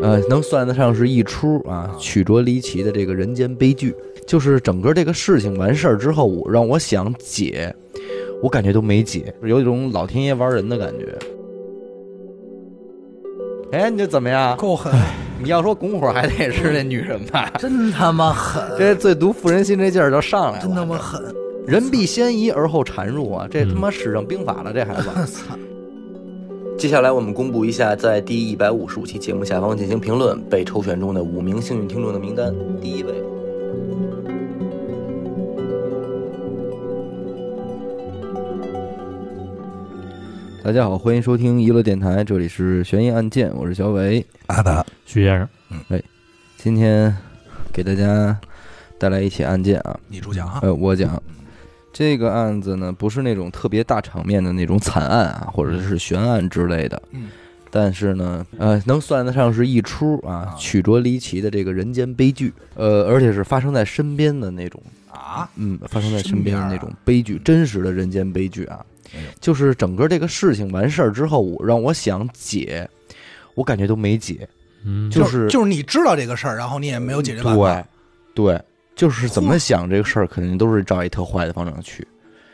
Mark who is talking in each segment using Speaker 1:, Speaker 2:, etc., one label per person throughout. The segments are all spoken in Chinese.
Speaker 1: 呃，能算得上是一出啊曲折离奇的这个人间悲剧。就是整个这个事情完事儿之后，我让我想解，我感觉都没解，有一种老天爷玩人的感觉。哎，你这怎么样？
Speaker 2: 够狠，
Speaker 1: 你要说拱火还得是那女人吧？
Speaker 2: 真他妈狠，
Speaker 1: 这最毒妇人心这劲儿就上来了。
Speaker 2: 真他妈狠！
Speaker 1: 人必先疑而后缠入啊！这他妈使上兵法了，这孩子。
Speaker 2: 我操，
Speaker 1: 接下来我们公布一下在第一百五十五期节目下方进行评论被抽选中的五名幸运听众的名单。第一位，大家好，欢迎收听娱乐电台，这里是悬疑案件，我是小伟。
Speaker 2: 阿达，
Speaker 3: 徐先生，
Speaker 1: 今天给大家带来一起案件啊，
Speaker 2: 你主讲啊，
Speaker 1: 呃，我讲这个案子呢，不是那种特别大场面的那种惨案啊，或者是悬案之类的，
Speaker 2: 嗯，
Speaker 1: 但是呢，呃，能算得上是一出啊
Speaker 2: 啊
Speaker 1: 曲折离奇的这个人间悲剧，呃，而且是发生在身边的那种，
Speaker 2: 啊，
Speaker 1: 嗯，发生在身边的那
Speaker 2: 身边啊
Speaker 1: 种悲剧，真实的人间悲剧啊
Speaker 2: 哎呦，
Speaker 1: 就是整个这个事情完事儿之后，我让我想解，我感觉都没解，
Speaker 3: 嗯，
Speaker 1: 就
Speaker 2: 就是就是你知道这个事儿，然后你也没有解决办
Speaker 1: 对
Speaker 2: 法，，
Speaker 1: 对，就是怎么想这个事儿，肯定都是照一特坏的方向去。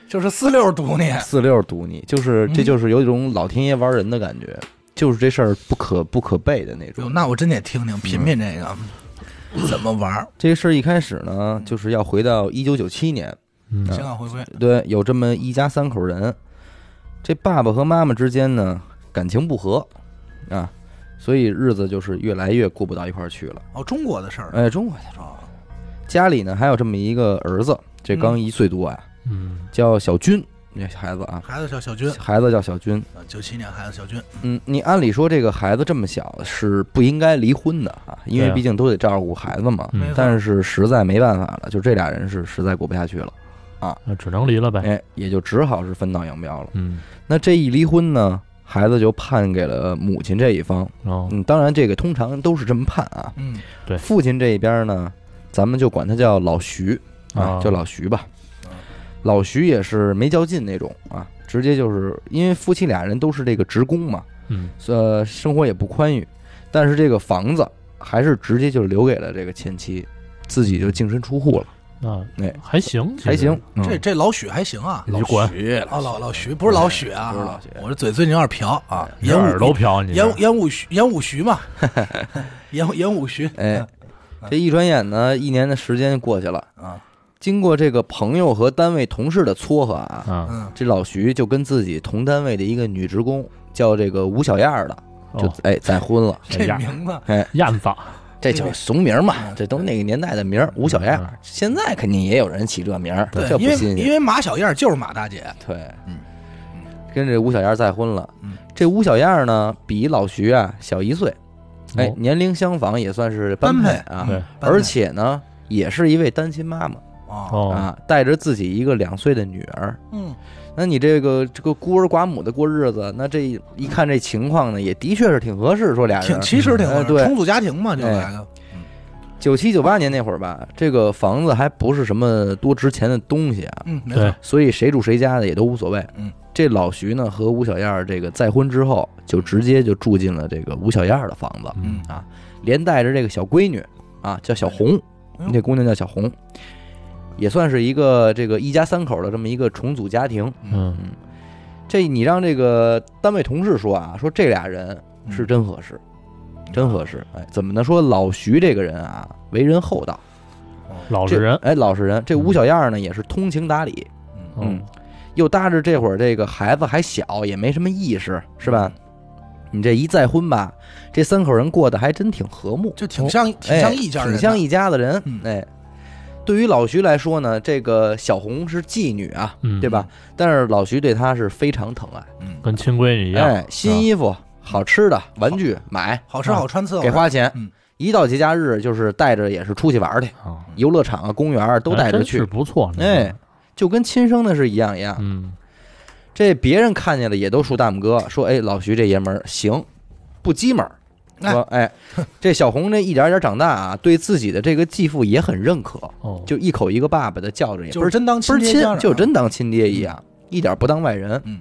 Speaker 2: 就是四六堵你，
Speaker 1: 四六堵你，就是这
Speaker 2: 嗯
Speaker 1: 就是有一种老天爷玩人的感觉，就是这事儿不可不可背的那
Speaker 2: 哟
Speaker 1: 种。
Speaker 2: 那我真得听听品品这个怎么玩儿，
Speaker 1: 这个事儿一开始呢，就是要回到一九九七年，
Speaker 3: 嗯
Speaker 2: 香港回归，
Speaker 1: 对，有这么一家三口人，这爸爸和妈妈之间呢感情不和啊，所以日子就是越来越过不到一块儿去了。
Speaker 2: 哦，中国的事儿
Speaker 1: 哎，中国
Speaker 2: 啊，
Speaker 1: 家里呢还有这么一个儿子，这刚一岁多啊，
Speaker 3: 嗯，
Speaker 1: 叫小军，那孩子啊，
Speaker 2: 孩子叫小军，呃
Speaker 1: 孩子叫小军。
Speaker 2: 九七年孩子小军，
Speaker 1: 嗯，你按理说这个孩子这么小是不应该离婚的啊，因为
Speaker 3: 对啊
Speaker 1: 毕竟都得照顾孩子嘛。
Speaker 3: 嗯
Speaker 2: 没错
Speaker 1: 但是实在没办法了，就这俩人是实在过不下去了，
Speaker 3: 那只能离了呗，
Speaker 1: 哎，也就只好是分道扬镳了。
Speaker 3: 嗯，
Speaker 1: 那这一离婚呢，孩子就判给了母亲这一方。
Speaker 3: 然后
Speaker 1: 嗯，当然这个通常都是这么判啊。
Speaker 2: 嗯，
Speaker 3: 对
Speaker 1: 父亲这一边呢，咱们就管他叫老徐啊
Speaker 3: 啊，
Speaker 1: 叫老徐吧
Speaker 3: 哦
Speaker 2: 啊。
Speaker 1: 老徐也是没较劲那种啊，直接就是因为夫妻俩人都是这个职工嘛，
Speaker 3: 嗯，
Speaker 1: 呃，生活也不宽裕，但是这个房子还是直接就留给了这个前妻，自己就净身出户了，
Speaker 3: 那
Speaker 1: 哎
Speaker 3: 还行，其
Speaker 1: 还
Speaker 3: 实
Speaker 1: 行，。嗯
Speaker 2: 这这老许还行啊，
Speaker 3: 你管
Speaker 1: 徐
Speaker 2: 啊，老老徐不是老许啊，
Speaker 1: 不是老许
Speaker 2: 我这嘴最近有点瓢啊，
Speaker 3: 你
Speaker 2: 烟
Speaker 3: 耳
Speaker 2: 雾
Speaker 3: 朵飘，你
Speaker 2: 烟雾烟雾徐烟雾徐嘛，烟雾烟雾徐，
Speaker 1: 哎，这一转眼呢，一年的时间就过去了。
Speaker 2: 啊，
Speaker 1: 经过这个朋友和单位同事的撮合啊，
Speaker 3: 啊，
Speaker 2: 嗯，
Speaker 1: 这老徐就跟自己同单位的一个女职工叫这个吴小燕儿的，就
Speaker 3: 哦
Speaker 1: 哎再婚了。
Speaker 3: 哎
Speaker 2: 这
Speaker 3: 呀
Speaker 2: 名字
Speaker 3: 燕子，
Speaker 1: 这就俗名嘛，
Speaker 2: 嗯
Speaker 1: 这都那个年代的名儿。吴小燕儿，现在肯定也有人起这名儿，
Speaker 2: 对
Speaker 1: 这，不
Speaker 2: 因为
Speaker 1: 新鲜
Speaker 2: 因。为马小燕就是马大姐，
Speaker 1: 对，
Speaker 2: 嗯
Speaker 1: 跟这吴小燕儿再婚了。
Speaker 2: 嗯
Speaker 1: 这吴小燕儿呢，比老徐啊小一岁，哎，
Speaker 3: 哦
Speaker 1: 年龄相仿，也算是
Speaker 2: 般
Speaker 1: 配
Speaker 2: 配嗯
Speaker 1: 啊。
Speaker 3: 对
Speaker 2: 般
Speaker 1: 而
Speaker 2: 配
Speaker 1: 且呢，也是一位单亲妈妈、
Speaker 2: 啊，
Speaker 3: 哦，
Speaker 1: 啊，带着自己一个两岁的女儿。
Speaker 2: 嗯，
Speaker 1: 那你这个这个孤儿寡母的过日子，那这一看这情况呢，也的确是挺合适。说俩
Speaker 2: 挺
Speaker 1: 人，
Speaker 2: 其实挺
Speaker 1: 哎
Speaker 2: 合适
Speaker 1: 对哎
Speaker 2: 重组家庭嘛，就来个，
Speaker 1: 九七九八年那会儿吧，这个房子还不是什么多值钱的东西啊，
Speaker 2: 嗯，没
Speaker 3: 对
Speaker 2: 错，，
Speaker 1: 所以谁住谁家的也都无所谓。
Speaker 2: 嗯，
Speaker 1: 这老徐呢和吴小燕儿这个再婚之后，就直接就住进了这个吴小燕儿的房子，
Speaker 3: 嗯
Speaker 2: 嗯，
Speaker 1: 连带着这个小闺女啊，叫小红
Speaker 2: 哎呦，
Speaker 1: 那姑娘叫小红，也算是一个这个一家三口的这么一个重组家庭。
Speaker 3: 嗯，
Speaker 1: 这你让这个单位同事说啊，说这俩人
Speaker 2: 嗯
Speaker 1: 是真合适，真合适。哎，怎么呢？说老徐这个人啊，为人厚道，
Speaker 2: 嗯
Speaker 3: 老
Speaker 1: 这
Speaker 3: 实人，
Speaker 1: 哎，老实人。这吴小燕儿呢，也是通情达理，
Speaker 2: 嗯，
Speaker 3: 嗯，
Speaker 1: 又搭着这会儿这个孩子还小，也没什么意识，是吧？你这一再婚吧，这三口人过得还真挺和睦，
Speaker 2: 就挺像挺
Speaker 1: 哎
Speaker 2: 像一家人的，
Speaker 1: 挺像一家的人
Speaker 2: 嗯。
Speaker 1: 哎，对于老徐来说呢，这个小红是妓女啊，
Speaker 3: 嗯
Speaker 1: 对吧？但是老徐对她是非常疼爱，
Speaker 2: 嗯，
Speaker 3: 跟亲闺女一样，
Speaker 1: 哎，新衣服、好吃的、玩具买，
Speaker 2: 好吃好穿伺候
Speaker 1: 哦给
Speaker 2: 着，
Speaker 1: 花钱
Speaker 2: 嗯。
Speaker 1: 一到节假日，就是带着也是出去玩去，
Speaker 3: 啊，
Speaker 1: 游乐场啊、公园啊都带着
Speaker 3: 真是
Speaker 1: 去，
Speaker 3: 不错，那
Speaker 1: 哎
Speaker 3: 个，
Speaker 1: 就跟亲生的是一样一样。
Speaker 3: 嗯，
Speaker 1: 这别人看见了也都竖大拇哥，说：“哎，老徐这爷们儿行，不鸡门儿。”
Speaker 2: 哎
Speaker 1: 说：“哎，这小红这一点点长大啊， 对自己的这个继父也很认可，
Speaker 3: 哦，
Speaker 1: 就一口一个爸爸的叫着，也
Speaker 2: 就
Speaker 1: 不
Speaker 2: 是
Speaker 1: 是
Speaker 2: 真当
Speaker 1: 不
Speaker 2: 亲
Speaker 1: 是
Speaker 2: 爹
Speaker 1: 亲
Speaker 2: 家长，
Speaker 1: 就真当亲爹一样，一点不当外人。
Speaker 2: 嗯，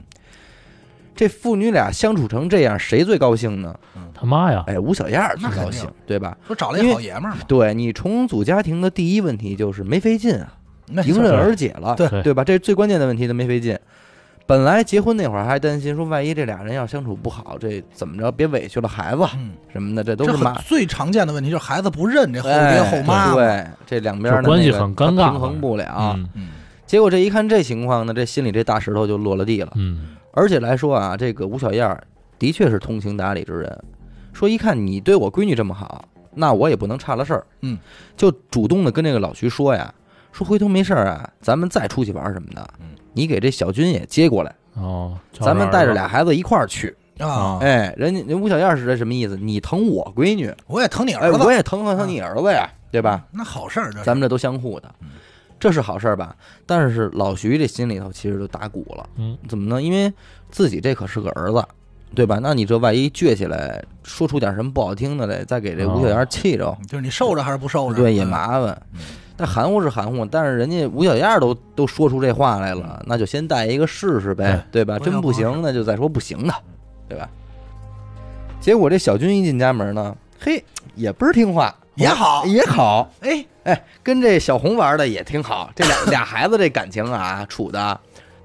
Speaker 1: 这父女俩相处成这样，谁最高兴呢？
Speaker 3: 他妈呀，
Speaker 1: 哎，吴小燕儿最
Speaker 2: 那肯
Speaker 1: 高
Speaker 2: 定
Speaker 1: 兴，对吧？
Speaker 2: 说找了一好爷们儿嘛，
Speaker 1: 对你重组家庭的第一问题就是没费劲啊，
Speaker 2: 那
Speaker 1: 迎刃而解了，
Speaker 2: 对
Speaker 1: 对吧？这是最关键的问题，他没费劲。本来结婚那会儿还担心说，万一这俩人要相处不好，这怎么着别委屈了孩子
Speaker 2: 嗯，
Speaker 1: 什么的，这都
Speaker 2: 这
Speaker 1: 是
Speaker 2: 很
Speaker 1: 妈哎
Speaker 2: 最常见的问题就是孩子不认这后爹后妈，，
Speaker 1: 对，这两边的
Speaker 3: 这关系
Speaker 1: 那个
Speaker 3: 很尴尬
Speaker 1: 平衡不了。
Speaker 3: 嗯
Speaker 2: 嗯，
Speaker 1: 结果这一看这情况呢，这心里这大石头就落了地了。
Speaker 3: 嗯，
Speaker 1: 而且来说啊，这个吴小燕儿的确是通情达理之人，说一看你对我闺女这么好，那我也不能差了事儿。
Speaker 2: 嗯，
Speaker 1: 就主动的跟这个老徐说呀，说回头没事儿啊，咱们再出去玩儿什么的
Speaker 2: 嗯，
Speaker 1: 你给这小军也接过来，
Speaker 3: 哦，叫
Speaker 1: 咱们带着俩
Speaker 3: 儿子，
Speaker 1: 孩子一块儿去。
Speaker 2: 啊，
Speaker 1: 哎，人家人吴小燕儿是这什么意思？你疼我闺女，
Speaker 2: 我也疼你
Speaker 1: 哎，
Speaker 2: 儿
Speaker 1: 我
Speaker 2: 子，
Speaker 1: 也疼疼你儿子呀，对吧？？
Speaker 2: 那好事儿，这是
Speaker 1: 咱们这都相互的
Speaker 2: 嗯，
Speaker 1: 这是好事儿吧？但是老徐这心里头其实就打鼓了，
Speaker 3: 嗯，
Speaker 1: 怎么呢？因为自己这可是个儿子，对吧？那你这万一倔起来，说出点什么不好听的来，再给这吴小
Speaker 2: 哦
Speaker 1: 燕气着，
Speaker 2: 就是你受着还是不受着，
Speaker 1: 对，也
Speaker 2: 嗯
Speaker 1: 麻烦
Speaker 2: 嗯。
Speaker 1: 但含糊是含糊，但是人家吴小燕都都说出这话来了，那就先带一个试试呗，对吧？
Speaker 2: 我也
Speaker 1: 真
Speaker 2: 嗯哎不
Speaker 1: 不
Speaker 2: 好
Speaker 1: 行，那就再说不行的，
Speaker 2: 嗯
Speaker 1: 对吧？结果这小军一进家门呢，嘿，也倍儿听话，
Speaker 2: 也好，
Speaker 1: 也好，
Speaker 2: 哎，
Speaker 1: 哎，跟这小红玩的也挺好，这俩俩孩子这感情啊，处的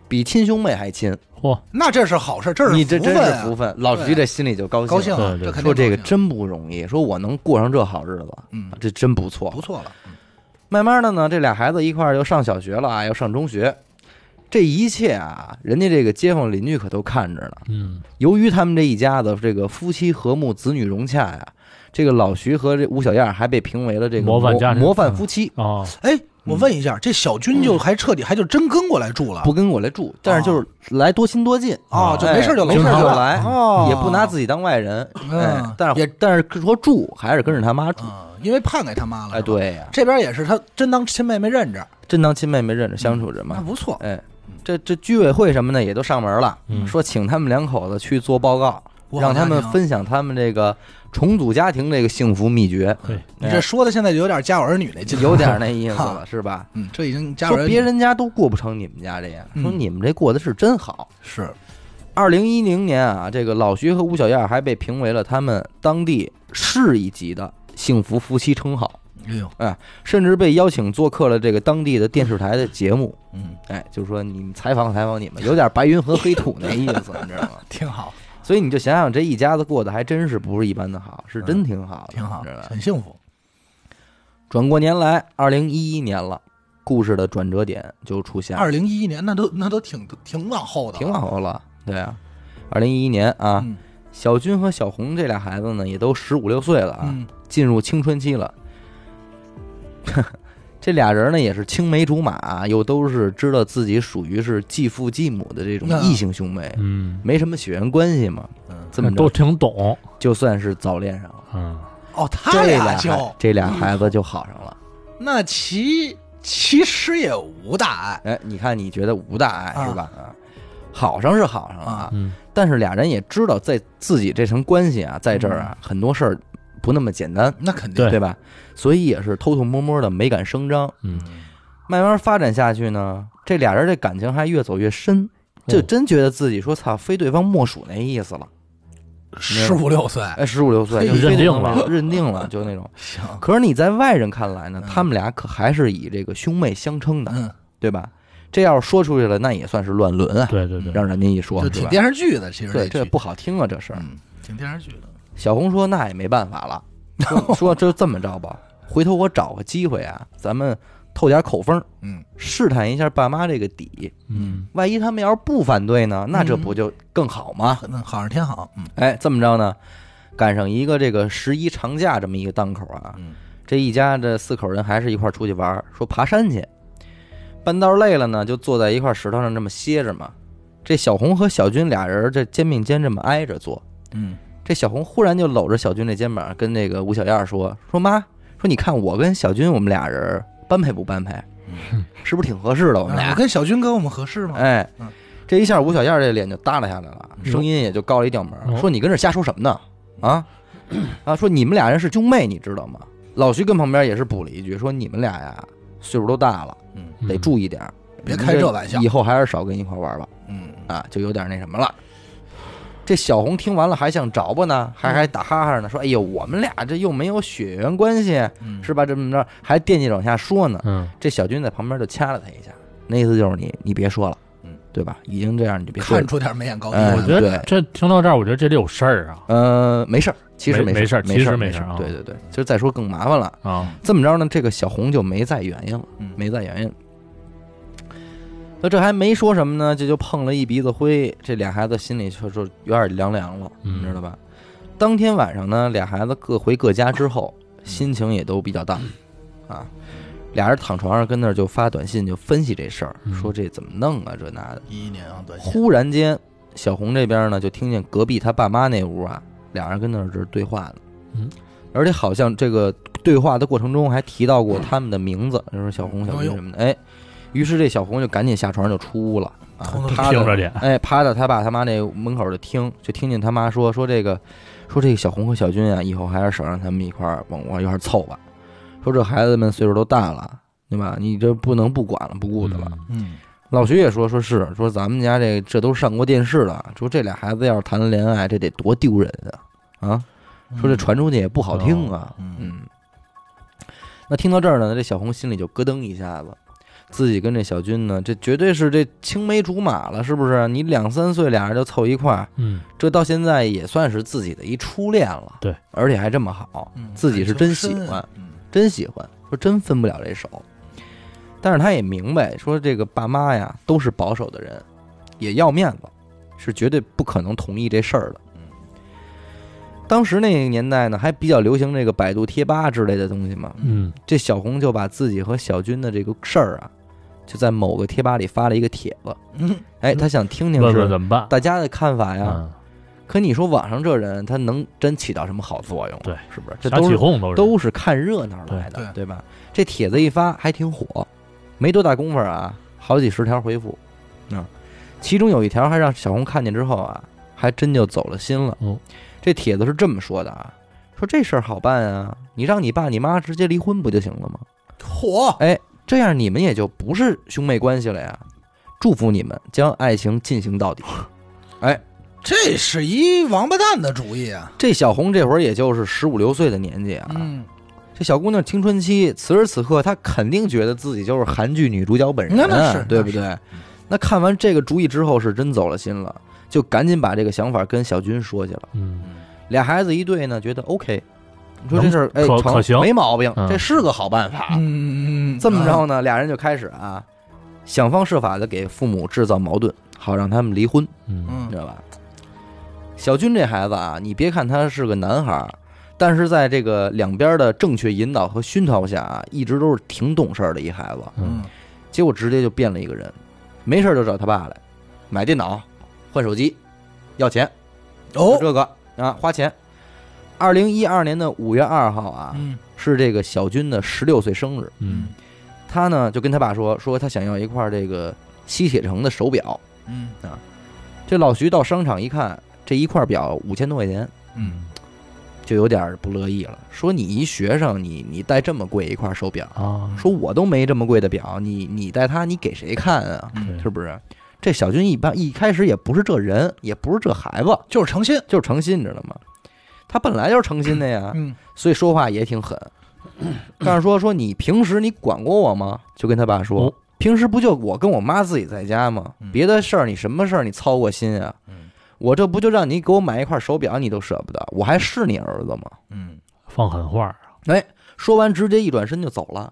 Speaker 1: 比亲兄妹还亲，
Speaker 3: 嚯，
Speaker 2: 那这是好事，这是
Speaker 1: 你这
Speaker 2: 福
Speaker 1: 真
Speaker 2: 分
Speaker 1: 是
Speaker 2: 啊
Speaker 1: 福分。老徐这心里就高兴，
Speaker 2: 高兴啊，
Speaker 3: 对对
Speaker 2: 这肯定
Speaker 1: 说这个
Speaker 2: 高兴
Speaker 1: 真不容易，说我能过上这好日子，
Speaker 2: 嗯
Speaker 1: 这真不错
Speaker 2: 不。错了，
Speaker 1: 慢慢的呢，这俩孩子一块儿又上小学了啊，又上中学，这一切啊，人家这个街坊邻居可都看着呢。
Speaker 3: 嗯，
Speaker 1: 由于他们这一家子这个夫妻和睦、子女融洽呀、这个老徐和这吴小燕儿还被评为了这个
Speaker 3: 模范家庭
Speaker 1: 模范夫妻。
Speaker 3: 哦，
Speaker 2: 哎，我问一下，这小军就还彻底还就真跟过来住了
Speaker 1: 嗯不跟我来住，但是就是来多亲多近
Speaker 2: 哦就没事就来
Speaker 1: 哎没事就
Speaker 2: 来
Speaker 1: 来，
Speaker 2: 哦
Speaker 1: 也不拿自己当外人，
Speaker 2: 嗯
Speaker 1: 哎，但是
Speaker 2: 也
Speaker 1: 但是说住还是跟着他妈住，
Speaker 2: 啊，因为判给他妈了，
Speaker 1: 哎，
Speaker 2: 是吧，
Speaker 1: 对呀，
Speaker 2: 这边也是他真当亲妹妹认着，
Speaker 1: 真当亲妹妹认着相处着
Speaker 2: 那
Speaker 1: 嘛，
Speaker 2: 不错，
Speaker 1: 哎，这这居委会什么的也都上门了，
Speaker 3: 嗯
Speaker 1: 说请他们两口子去做报告，
Speaker 2: 我
Speaker 1: 让
Speaker 2: 好
Speaker 1: 他们
Speaker 2: 家庭，
Speaker 1: 分享他们这个重组家庭这个幸福秘诀，
Speaker 3: 对，
Speaker 2: 你这说的现在有点家有儿女那劲，
Speaker 1: 哎有，点那意思了
Speaker 2: 哈
Speaker 1: 是吧？
Speaker 2: 嗯，这已经家有
Speaker 1: 说
Speaker 2: 儿女
Speaker 1: 别人家都过不成你们家这样，说
Speaker 2: 嗯
Speaker 1: 你们这过得是真好。
Speaker 2: 是
Speaker 1: 二零一零年啊，这个老徐和吴小燕还被评为了他们当地市一级的幸福夫妻称号，
Speaker 2: 哎呦，
Speaker 1: 甚至被邀请做客了这个当地的电视台的节目。
Speaker 2: 嗯，
Speaker 1: 哎，就说你们采访采访你们，有点白云和黑土那意思，你知道吗？
Speaker 2: 挺好，
Speaker 1: 所以你就想想，这一家子过得还真是不是一般的好，是真挺好的，
Speaker 2: 嗯挺好
Speaker 1: 你知道，吧
Speaker 2: 很幸福，
Speaker 1: 转过年来，二零一一年了，故事的转折点就出现了，
Speaker 2: 二零一一年那都那都挺挺往后
Speaker 1: 哎
Speaker 2: 的，
Speaker 1: 挺往后了，对啊，二零一一年啊，
Speaker 2: 嗯
Speaker 1: 小军和小红这俩孩子呢，也都十五六岁了啊。
Speaker 2: 嗯，
Speaker 1: 进入青春期了。 这俩人呢也是青梅竹马、啊又都是知道自己属于是继父继母的这种
Speaker 2: 那
Speaker 1: 异性兄妹，
Speaker 3: 嗯，
Speaker 1: 没什么血缘关系嘛。
Speaker 2: 嗯
Speaker 1: 这么
Speaker 3: 都
Speaker 1: 着，
Speaker 3: 挺懂，
Speaker 1: 就算是早恋上了，
Speaker 3: 嗯，
Speaker 2: 哦，他
Speaker 1: 这
Speaker 2: 俩
Speaker 1: 俩
Speaker 2: 就
Speaker 1: 孩这俩孩子就好上了。
Speaker 2: 那其其实也无大碍，
Speaker 1: 哎，你看你觉得无大碍
Speaker 2: 啊
Speaker 1: 是吧？啊，好上是好上了
Speaker 2: 啊
Speaker 1: 啊，
Speaker 3: 嗯，
Speaker 1: 但是俩人也知道在自己这层关系啊，在这儿啊，很多事儿不那么简单，
Speaker 2: 那肯定，
Speaker 3: 对
Speaker 1: 对吧？所以也是偷偷摸摸的，没敢声张。
Speaker 3: 嗯，
Speaker 1: 慢慢发展下去呢，这俩人这感情还越走越深，就真觉得自己说操，非对方莫属那意思了。
Speaker 2: 十五六岁，
Speaker 1: 哎，十五六岁
Speaker 2: 嘿
Speaker 1: 就非对方
Speaker 3: 认定了
Speaker 1: 莫属认定了，就那种。
Speaker 2: 行，
Speaker 1: 可是你在外人看来呢
Speaker 2: 嗯，
Speaker 1: 他们俩可还是以这个兄妹相称的，
Speaker 2: 嗯，
Speaker 1: 对吧？这要是说出去了，那也算是乱伦啊，
Speaker 3: 嗯对对对，
Speaker 1: 让人家一说，
Speaker 2: 就
Speaker 1: 对
Speaker 2: 挺
Speaker 1: 吧？
Speaker 2: 电视剧的，其实
Speaker 1: 对，
Speaker 2: 这
Speaker 1: 这
Speaker 2: 剧
Speaker 1: 不好听啊，这事儿。
Speaker 2: 嗯，挺电视剧的，
Speaker 1: 小红说：“那也没办法 了，说说就这么着吧，回头我找个机会啊，咱们透点口风，
Speaker 2: 嗯，
Speaker 1: 试探一下爸妈这个底。
Speaker 3: 嗯，
Speaker 1: 万一他们要是不反对呢，
Speaker 2: 嗯
Speaker 1: 那这不就更好吗？
Speaker 2: 那好像挺好，嗯
Speaker 1: 哎，这么着呢，赶上一个这个十一长假这么一个档口啊，
Speaker 2: 嗯
Speaker 1: 这一家这四口人还是一块儿出去玩儿，说爬山去。半道儿累了呢，就坐在一块石头上这么歇着嘛。这小红和小军俩人这肩并肩这么挨着坐，
Speaker 2: 嗯，
Speaker 1: 这小红忽然就搂着小军这肩膀，跟那个吴小燕说：“说妈，说你看我跟小军我们俩人般配不般配？是不是挺合适的？我们俩
Speaker 2: 啊我跟小军哥我们合适吗？
Speaker 1: 哎
Speaker 2: 嗯，
Speaker 1: 这一下吴小燕这脸就耷拉下来了，
Speaker 3: 嗯
Speaker 1: 声音也就高了一调门
Speaker 3: 哦
Speaker 2: 嗯
Speaker 1: 儿，说你跟这瞎说什么呢？啊啊，说你们俩人是兄妹，你知道吗？老徐跟旁边也是补了一句，说你们俩呀岁数都大了，
Speaker 2: 嗯
Speaker 3: 嗯
Speaker 1: 得，注意点儿，
Speaker 2: 别开这玩笑
Speaker 1: 以后还是少跟一块玩吧。
Speaker 2: 嗯，
Speaker 1: 啊，就有点那什么了。这小红听完了还想找吧呢，还还打哈哈呢，说：“哎呦，我们俩这又没有血缘关系，
Speaker 2: 嗯
Speaker 1: 是吧？这么着还惦记着往下说呢。
Speaker 3: 嗯，
Speaker 1: 这小军在旁边就掐了他一下，那意思就是你你别说了，
Speaker 2: 嗯，
Speaker 1: 对吧？已经这样你就别说
Speaker 2: 看
Speaker 1: 了。
Speaker 2: 出点眉眼高低
Speaker 1: 哎
Speaker 2: 来
Speaker 3: 我
Speaker 2: 了。
Speaker 3: 觉
Speaker 1: 对
Speaker 3: 得这听到这儿，我觉得这里有事儿啊
Speaker 1: 呃，没事儿，其实
Speaker 3: 没
Speaker 1: 没
Speaker 3: 没
Speaker 1: 事
Speaker 3: 事
Speaker 1: 儿，
Speaker 3: 儿
Speaker 1: 没
Speaker 3: 其实
Speaker 1: 没
Speaker 3: 没事儿啊
Speaker 1: 对对对，就是再说更麻烦了。
Speaker 3: 啊，
Speaker 1: 这么着呢，这个小红就没在原因了，
Speaker 2: 嗯
Speaker 1: 没在原因。那这还没说什么呢，这就碰了一鼻子灰，这俩孩子心里就说有点凉凉了，
Speaker 3: 嗯
Speaker 1: 你知道吧？当天晚上呢，俩孩子各回各家之后，
Speaker 3: 嗯
Speaker 1: 心情也都比较淡，啊，俩人躺床上跟那儿就发短信，就分析这事儿，
Speaker 3: 嗯
Speaker 1: 说这怎么弄啊，这那的。
Speaker 2: 一一年啊，短信
Speaker 1: 忽然间，小红这边呢就听见隔壁她爸妈那屋啊，俩人跟那儿这儿对话呢。
Speaker 3: 嗯，
Speaker 1: 而且好像这个对话的过程中还提到过他们的名字，就是小红、小
Speaker 2: 哎
Speaker 1: 红
Speaker 2: 呦
Speaker 1: 什么的。哎，于是这小红就赶紧下床就出屋了啊
Speaker 2: 偷偷，
Speaker 1: 趴着
Speaker 3: 听着去，
Speaker 1: 哎趴到他爸他妈那门口就听，就听见他妈说说这个说这个小红和小军啊，以后还是少让他们一块儿往往一块儿凑吧。说这孩子们岁数都大了，对吧？你这不能不管了，不顾的了。
Speaker 3: 嗯，
Speaker 2: 嗯，
Speaker 1: 老徐也说，说是说咱们家这这都上过电视了，说这俩孩子要是谈恋爱，这得多丢人啊！啊，说这传出去也不好听啊。
Speaker 2: 嗯
Speaker 1: 嗯，那听到这儿呢，这小红心里就咯噔一下子，自己跟这小军呢，这绝对是这青梅竹马了，是不是？你两三岁俩人就凑一块儿，
Speaker 3: 嗯，
Speaker 1: 这到现在也算是自己的一初恋了。
Speaker 3: 对，
Speaker 1: 而且还这么好，
Speaker 2: 嗯
Speaker 1: 自己是真喜欢。，真喜欢，说真分不了这手。但是他也明白，说这个爸妈呀都是保守的人，也要面子，是绝对不可能同意这事儿的
Speaker 2: 嗯。
Speaker 1: 当时那个年代呢，还比较流行这个百度贴吧之类的东西嘛。
Speaker 3: 嗯，
Speaker 1: 这小红就把自己和小军的这个事儿啊，就在某个贴吧里发了一个帖子。
Speaker 2: 嗯，
Speaker 1: 哎，他想听听
Speaker 3: 问问
Speaker 1: 是
Speaker 3: 怎么办？
Speaker 1: 大家的看法呀。
Speaker 3: 嗯，
Speaker 1: 可你说网上这人，他能真起到什么好作用？啊
Speaker 3: 对，
Speaker 1: 是不是？这
Speaker 3: 瞎
Speaker 1: 都
Speaker 3: 起
Speaker 1: 是
Speaker 3: 哄都是
Speaker 1: 都是看热闹来的，
Speaker 2: 对
Speaker 1: 对吧？这帖子一发还挺火，没多大功夫啊，好几十条回复，啊，其中有一条还让小红看见之后啊，还真就走了心了。
Speaker 3: 哦
Speaker 1: 这帖子是这么说的啊，说这事儿好办啊，你让你爸你妈直接离婚不就行了吗？
Speaker 2: 嚯，
Speaker 1: 哎，这样你们也就不是兄妹关系了呀。祝福你们将爱情进行到底。
Speaker 2: 这是一王八蛋的主意啊！
Speaker 1: 这小红这会儿也就是十五六岁的年纪啊，
Speaker 2: 嗯，
Speaker 1: 这小姑娘青春期，此时此刻，她肯定觉得自己就是韩剧女主角本人，啊
Speaker 2: 那那是
Speaker 1: 对不对？那看完这个主意之后，是真走了心了，就赶紧把这个想法跟小军说去了。
Speaker 3: 嗯，
Speaker 1: 俩孩子一对呢，觉得 OK，你说这事儿哎
Speaker 3: 可
Speaker 1: 成
Speaker 3: 可行
Speaker 1: 没毛病，
Speaker 3: 嗯
Speaker 1: 这是个好办法。
Speaker 2: 嗯嗯
Speaker 1: 这么着呢，俩人就开始啊，想方设法的给父母制造矛盾，好让他们离婚。
Speaker 3: 嗯，
Speaker 1: 你
Speaker 2: 嗯
Speaker 1: 知道吧？小军这孩子啊，你别看他是个男孩儿，但是在这个两边的正确引导和熏陶下啊，一直都是挺懂事儿的一孩子。
Speaker 3: 嗯，
Speaker 2: 嗯，
Speaker 1: 结果直接就变了一个人，没事儿就找他爸来买电脑、换手机、要钱，就
Speaker 2: 哦，
Speaker 1: 这个啊花钱。二零一二年的五月二号啊，
Speaker 2: 嗯
Speaker 1: 是这个小军的十六岁生日。
Speaker 3: 嗯，
Speaker 1: 他呢就跟他爸说，说他想要一块这个吸铁城的手表。
Speaker 2: 嗯
Speaker 1: 这老徐到商场一看，这一块表五千多块钱，
Speaker 2: 嗯，
Speaker 1: 就有点不乐意了，说你一学生，你你戴这么贵一块手表，
Speaker 3: 啊，
Speaker 1: 说我都没这么贵的表，你你戴它，你给谁看啊？
Speaker 2: 嗯
Speaker 1: 是不是？这小军一般一开始也不是这人，也不是这孩子，
Speaker 2: 就是诚心。
Speaker 1: 就是诚心，你知道吗？他本来就是诚心的呀，
Speaker 2: 嗯，
Speaker 1: 所以说话也挺狠。但是说说你平时你管过我吗？就跟他爸说
Speaker 3: 哦，
Speaker 1: 平时不就我跟我妈自己在家吗？
Speaker 2: 嗯
Speaker 1: 别的事儿你什么事儿你操过心啊？
Speaker 2: 嗯
Speaker 1: 我这不就让你给我买一块手表，你都舍不得，我还是你儿子吗？
Speaker 2: 嗯，
Speaker 3: 放狠话儿，
Speaker 1: 说完直接一转身就走了。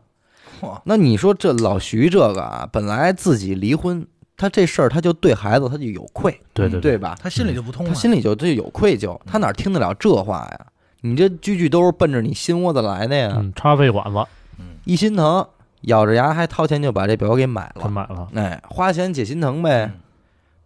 Speaker 2: 嚯，
Speaker 1: 那你说这老徐这个啊，本来自己离婚，他这事儿他就对孩子他就有愧，
Speaker 3: 对
Speaker 2: 嗯
Speaker 3: 对，
Speaker 1: 对吧？
Speaker 2: 他心里就不通
Speaker 1: 他
Speaker 2: 了。
Speaker 1: 心里就就有愧疚，他哪听得了这话呀？你这句句都是奔着你心窝子来的呀！
Speaker 3: 嗯，插肺管子，
Speaker 1: 一心疼，咬着牙还掏钱就把这表给买
Speaker 3: 他
Speaker 1: 了。
Speaker 3: 买了，
Speaker 1: 哎，花钱解心疼呗
Speaker 2: 嗯。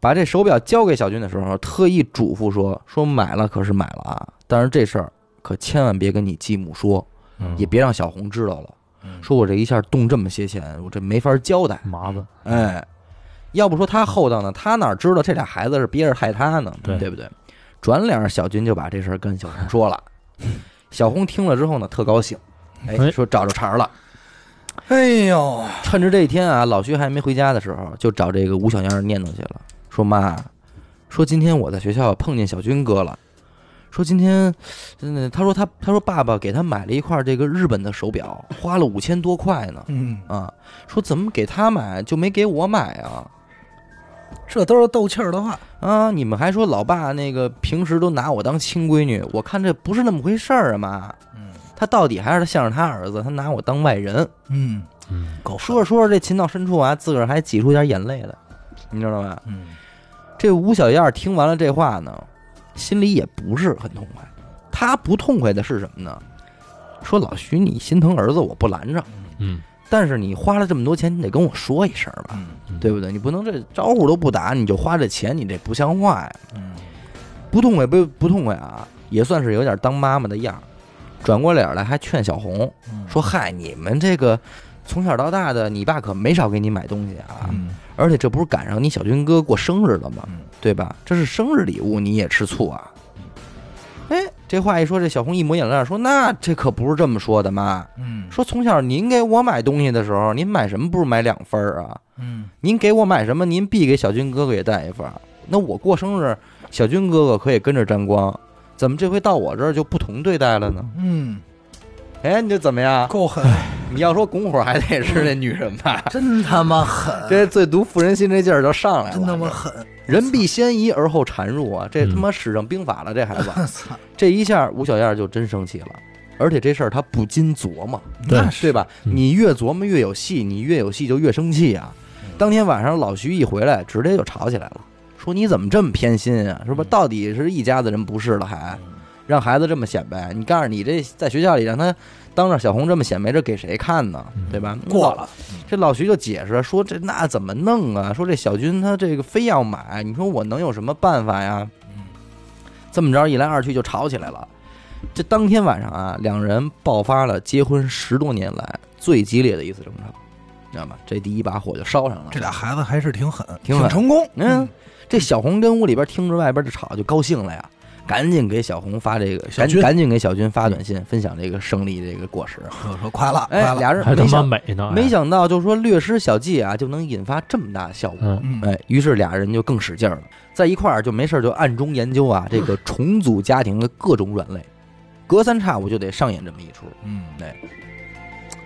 Speaker 1: 把这手表交给小军的时候，特意嘱咐说：“说买了可是买了啊，但是这事儿可千万别跟你继母说，
Speaker 3: 嗯
Speaker 1: 也别让小红知道了。”
Speaker 2: 嗯
Speaker 1: 说我这一下动这么些钱，我这没法交代。
Speaker 3: 麻烦，
Speaker 1: 哎，要不说他厚道呢，他哪知道这俩孩子是憋着害他呢？
Speaker 3: 对
Speaker 1: 不对？转脸小军就把这事儿跟小红说 了，小红听了之后呢，特高兴，哎，
Speaker 3: 哎
Speaker 1: 说找着茬儿了。
Speaker 2: 哎呦，
Speaker 1: 趁着这一天啊，老徐还没回家的时候，就找这个吴小燕儿念叨去了，说妈，说今天我在学校碰见小军哥了，说今天真的，他说他他说爸爸给他买了一块这个日本的手表，花了五千多块呢。
Speaker 2: 嗯，
Speaker 1: 啊，说怎么给他买就没给我买啊？
Speaker 2: 这都是斗气儿的话。
Speaker 1: 啊，你们还说老爸那个平时都拿我当亲闺女，我看这不是那么回事儿啊，妈。
Speaker 2: 嗯
Speaker 1: 他到底还是向着他儿子，他拿我当外人。
Speaker 2: 嗯，
Speaker 3: 嗯，
Speaker 2: 狗
Speaker 1: 说着说着，这情到深处啊，自个儿还挤出点眼泪来，你知道吧？
Speaker 2: 嗯，
Speaker 1: 这吴小燕儿听完了这话呢，心里也不是很痛快。她不痛快的是什么呢？说老徐，你心疼儿子，我不拦着，
Speaker 3: 嗯，
Speaker 1: 但是你花了这么多钱，你得跟我说一声吧，
Speaker 2: 嗯
Speaker 3: 嗯
Speaker 1: 对，不对？你不能这招呼都不打，你就花这钱，你这不像话呀！
Speaker 2: 嗯
Speaker 1: 不痛快不不痛快啊，也算是有点当妈妈的样儿。转过脸来还劝小红
Speaker 2: 嗯，
Speaker 1: 说：“嗨，你们这个从小到大的，你爸可没少给你买东西啊。
Speaker 2: 嗯
Speaker 1: 而且这不是赶上你小军哥过生日了吗
Speaker 2: 嗯？
Speaker 1: 对吧？这是生日礼物，你也吃醋啊？哎，这话一说，这小红一抹眼泪儿说：“那这可不是这么说的，妈。
Speaker 2: 嗯
Speaker 1: 说从小您给我买东西的时候，您买什么不是买两份儿啊？
Speaker 2: 嗯
Speaker 1: 您给我买什么，您必给小军哥哥也带一份儿。那我过生日，小军哥哥可以跟着沾光，怎么这回到我这儿就不同对待了呢？
Speaker 2: 嗯，
Speaker 1: 哎，你这怎么样？
Speaker 2: 够狠，
Speaker 1: 你要说拱火还得是那女人 吧？
Speaker 2: 真他妈狠，
Speaker 1: 这最毒妇人心这劲儿就上来了，
Speaker 2: 真他妈狠！
Speaker 1: 人必先疑而后缠入啊！这他妈使上兵法了，这孩子，
Speaker 2: 我操，
Speaker 1: 这一下吴小燕就真生气了。而且这事儿他不禁琢磨，
Speaker 3: 对
Speaker 2: 那是
Speaker 1: 对吧？
Speaker 3: 嗯
Speaker 1: 你越琢磨越有戏，你越有戏就越生气啊！当天晚上老徐一回来，直接就吵起来了，说你怎么这么偏心啊？是吧？到底是一家子人不是了还，让孩子这么显摆？你告诉你这在学校里让他当着小红这么显摆，这给谁看呢？对吧？
Speaker 2: 过了，
Speaker 1: 这老徐就解释说：“这那怎么弄啊？说这小军他这个非要买，你说我能有什么办法呀？”这么着一来二去就吵起来了。这当天晚上啊，两人爆发了结婚十多年来最激烈的一次争吵，你知道吗？这第一把火就烧上了。
Speaker 2: 这俩孩子还是挺狠，
Speaker 1: 挺
Speaker 2: 挺
Speaker 1: 狠
Speaker 2: 成功。
Speaker 1: 嗯，这小红跟屋里边听着外边的吵就高兴了呀，赶紧给小红发这个，
Speaker 2: 小
Speaker 1: 赶
Speaker 2: 军
Speaker 1: 赶紧给小军发短信分享这个胜利这个果实。
Speaker 2: 我说快了，
Speaker 1: 哎
Speaker 2: 快，了，
Speaker 1: 俩人
Speaker 3: 还他
Speaker 1: 没
Speaker 3: 妈
Speaker 1: 想
Speaker 3: 美呢，哎
Speaker 1: 没想到，就是说略施小计啊，就能引发这么大的效果。
Speaker 3: 嗯，
Speaker 2: 嗯，
Speaker 1: 哎，于是俩人就更使劲儿了，在一块儿就没事儿就暗中研究啊，这
Speaker 2: 嗯
Speaker 1: 个重组家庭的各种软肋，隔三差五就得上演这么一出。
Speaker 2: 嗯，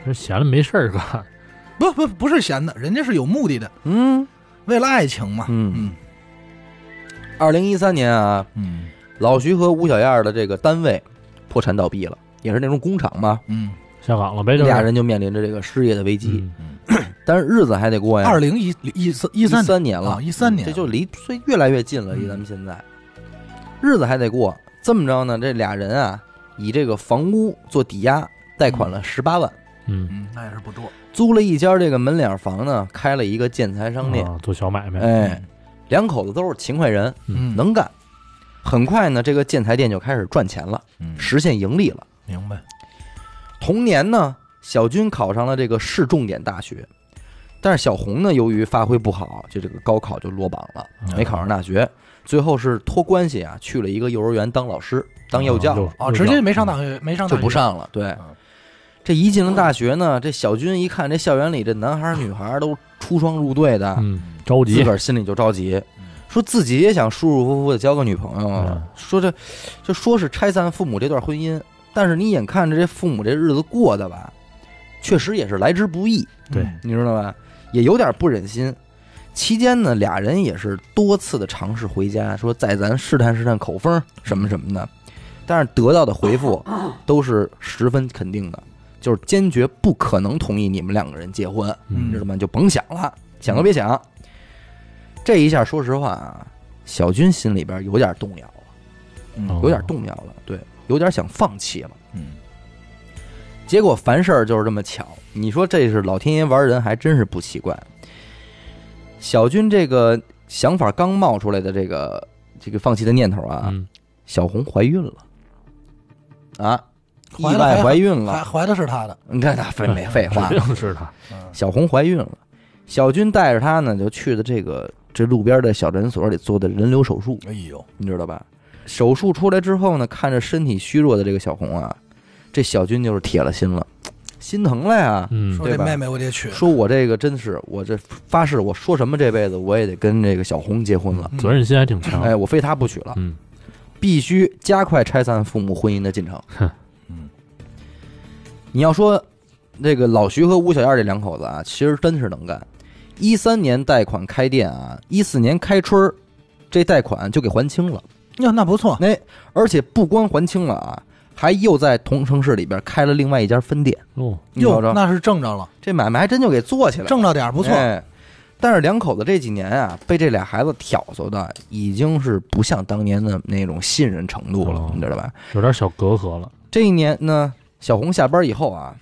Speaker 3: 这闲了没事儿干，
Speaker 2: 不不不是闲的，人家是有目的的，
Speaker 1: 嗯
Speaker 2: 为了爱情嘛。
Speaker 1: 嗯，
Speaker 2: 嗯
Speaker 1: 二零一三年啊，
Speaker 2: 嗯
Speaker 1: 老徐和吴小燕儿的这个单位破产倒闭了，也是那种工厂嘛，
Speaker 2: 嗯，
Speaker 3: 下岗了呗，这
Speaker 1: 俩人就面临着这个失业的危机，
Speaker 3: 嗯
Speaker 1: 但是日子还得过呀。
Speaker 2: 二零一一三一三
Speaker 1: 三年了嗯
Speaker 2: 啊，，一三年嗯
Speaker 1: 这就离岁越来越近了，离咱们现在日子还得过。这么着呢，这俩人啊，以这个房屋做抵押，贷款了十八万。
Speaker 3: 嗯，
Speaker 2: 嗯，那也是不多。
Speaker 1: 租了一家这个门脸房呢，开了一个建材商
Speaker 2: 哦
Speaker 1: 店。
Speaker 3: 啊做小买卖，
Speaker 1: 哎，两口子都是勤快人，
Speaker 2: 嗯，
Speaker 1: 能干。很快呢，这个建材店就开始赚钱了，
Speaker 2: 嗯
Speaker 1: 实现盈利了。
Speaker 2: 明白。
Speaker 1: 同年呢，小军考上了这个市重点大学，但是小红呢，由于发挥不好，就这个高考就落榜了，
Speaker 2: 嗯
Speaker 1: 没考上大学。最后是托关系啊，去了一个幼儿园当老师，当幼教。啊
Speaker 3: 又
Speaker 2: 哦，直接没上大学，没上大
Speaker 1: 就
Speaker 2: 学
Speaker 1: 不。上了。对
Speaker 2: 嗯，
Speaker 1: 这一进了大学呢，这小军一看这校园里这男孩儿女孩儿都出双入对的，
Speaker 3: 嗯，着
Speaker 1: 啊自
Speaker 3: 急
Speaker 1: 个，儿心里就着急
Speaker 2: 嗯，
Speaker 1: 说自己也想舒舒服服的交个女朋友啊
Speaker 3: 嗯。
Speaker 1: 说这，就说是拆散父母这段婚姻，但是你眼看着这父母这日子过的吧，确实也是来之不易，
Speaker 3: 对
Speaker 2: 嗯
Speaker 1: 你知道吧？也有点不忍心。期间呢，俩人也是多次的尝试回家，说再咱试探试探口风什么什么的，但是得到的回复都是十分肯定的，就是坚决不可能同意你们两个人结婚。
Speaker 3: 嗯
Speaker 1: 你知道吗？就甭想了，想都别想。这一下，说实话啊，小军心里边有点动摇了，
Speaker 3: 哦
Speaker 2: 嗯
Speaker 1: 有点动摇了，对，有点想放弃了。
Speaker 2: 嗯
Speaker 1: 结果凡事儿就是这么巧，你说这是老天爷玩人，还真是不奇怪。小军这个想法刚冒出来的这个这个放弃的念头啊，
Speaker 3: 嗯，
Speaker 1: 小红怀孕了啊，意
Speaker 2: 怀了
Speaker 1: 外
Speaker 2: 还
Speaker 1: 怀孕
Speaker 2: 还
Speaker 1: 了。
Speaker 2: 怀的是他的，
Speaker 1: 你看他废没废话
Speaker 3: 指，定是他，
Speaker 1: 小红怀孕了，小军带着她呢，就去的这个这路边的小诊所里做的人流手术，
Speaker 2: 哎呦，
Speaker 1: 你知道吧？手术出来之后呢，看着身体虚弱的这个小红啊，这小军就是铁了心了，心疼了呀。
Speaker 3: 嗯
Speaker 2: 说
Speaker 1: 对
Speaker 2: 这
Speaker 1: 吧
Speaker 2: 妹妹我得娶，
Speaker 1: 说我这个真是，我这发誓，我说什么这辈子我也得跟这个小红结婚了。
Speaker 2: 嗯
Speaker 3: 责任心还挺强。
Speaker 1: 哎，我非她不娶了，
Speaker 3: 嗯
Speaker 1: 必须加快拆散父母婚姻的进程。
Speaker 2: 嗯
Speaker 1: 你要说这个老徐和吴小燕这两口子啊，其实真是能干。一三年贷款开店啊，一四年开春儿，这贷款就给还清了。
Speaker 2: 哟，那不错，
Speaker 1: 哎，而且不光还清了啊，还又在同城市里边开了另外一家分店。
Speaker 3: 哦，
Speaker 1: 你瞅
Speaker 2: 哟，
Speaker 1: 瞅，
Speaker 2: 那是挣着了，
Speaker 1: 这买卖还真就给做起来了，
Speaker 2: 挣着点儿不错。
Speaker 1: 哎但是两口子这几年啊，被这俩孩子挑唆的，已经是不像当年的那种信任程度了，
Speaker 3: 哦
Speaker 1: 你知道吧？
Speaker 3: 有点小隔阂了。
Speaker 1: 这一年呢，小红下班以后啊，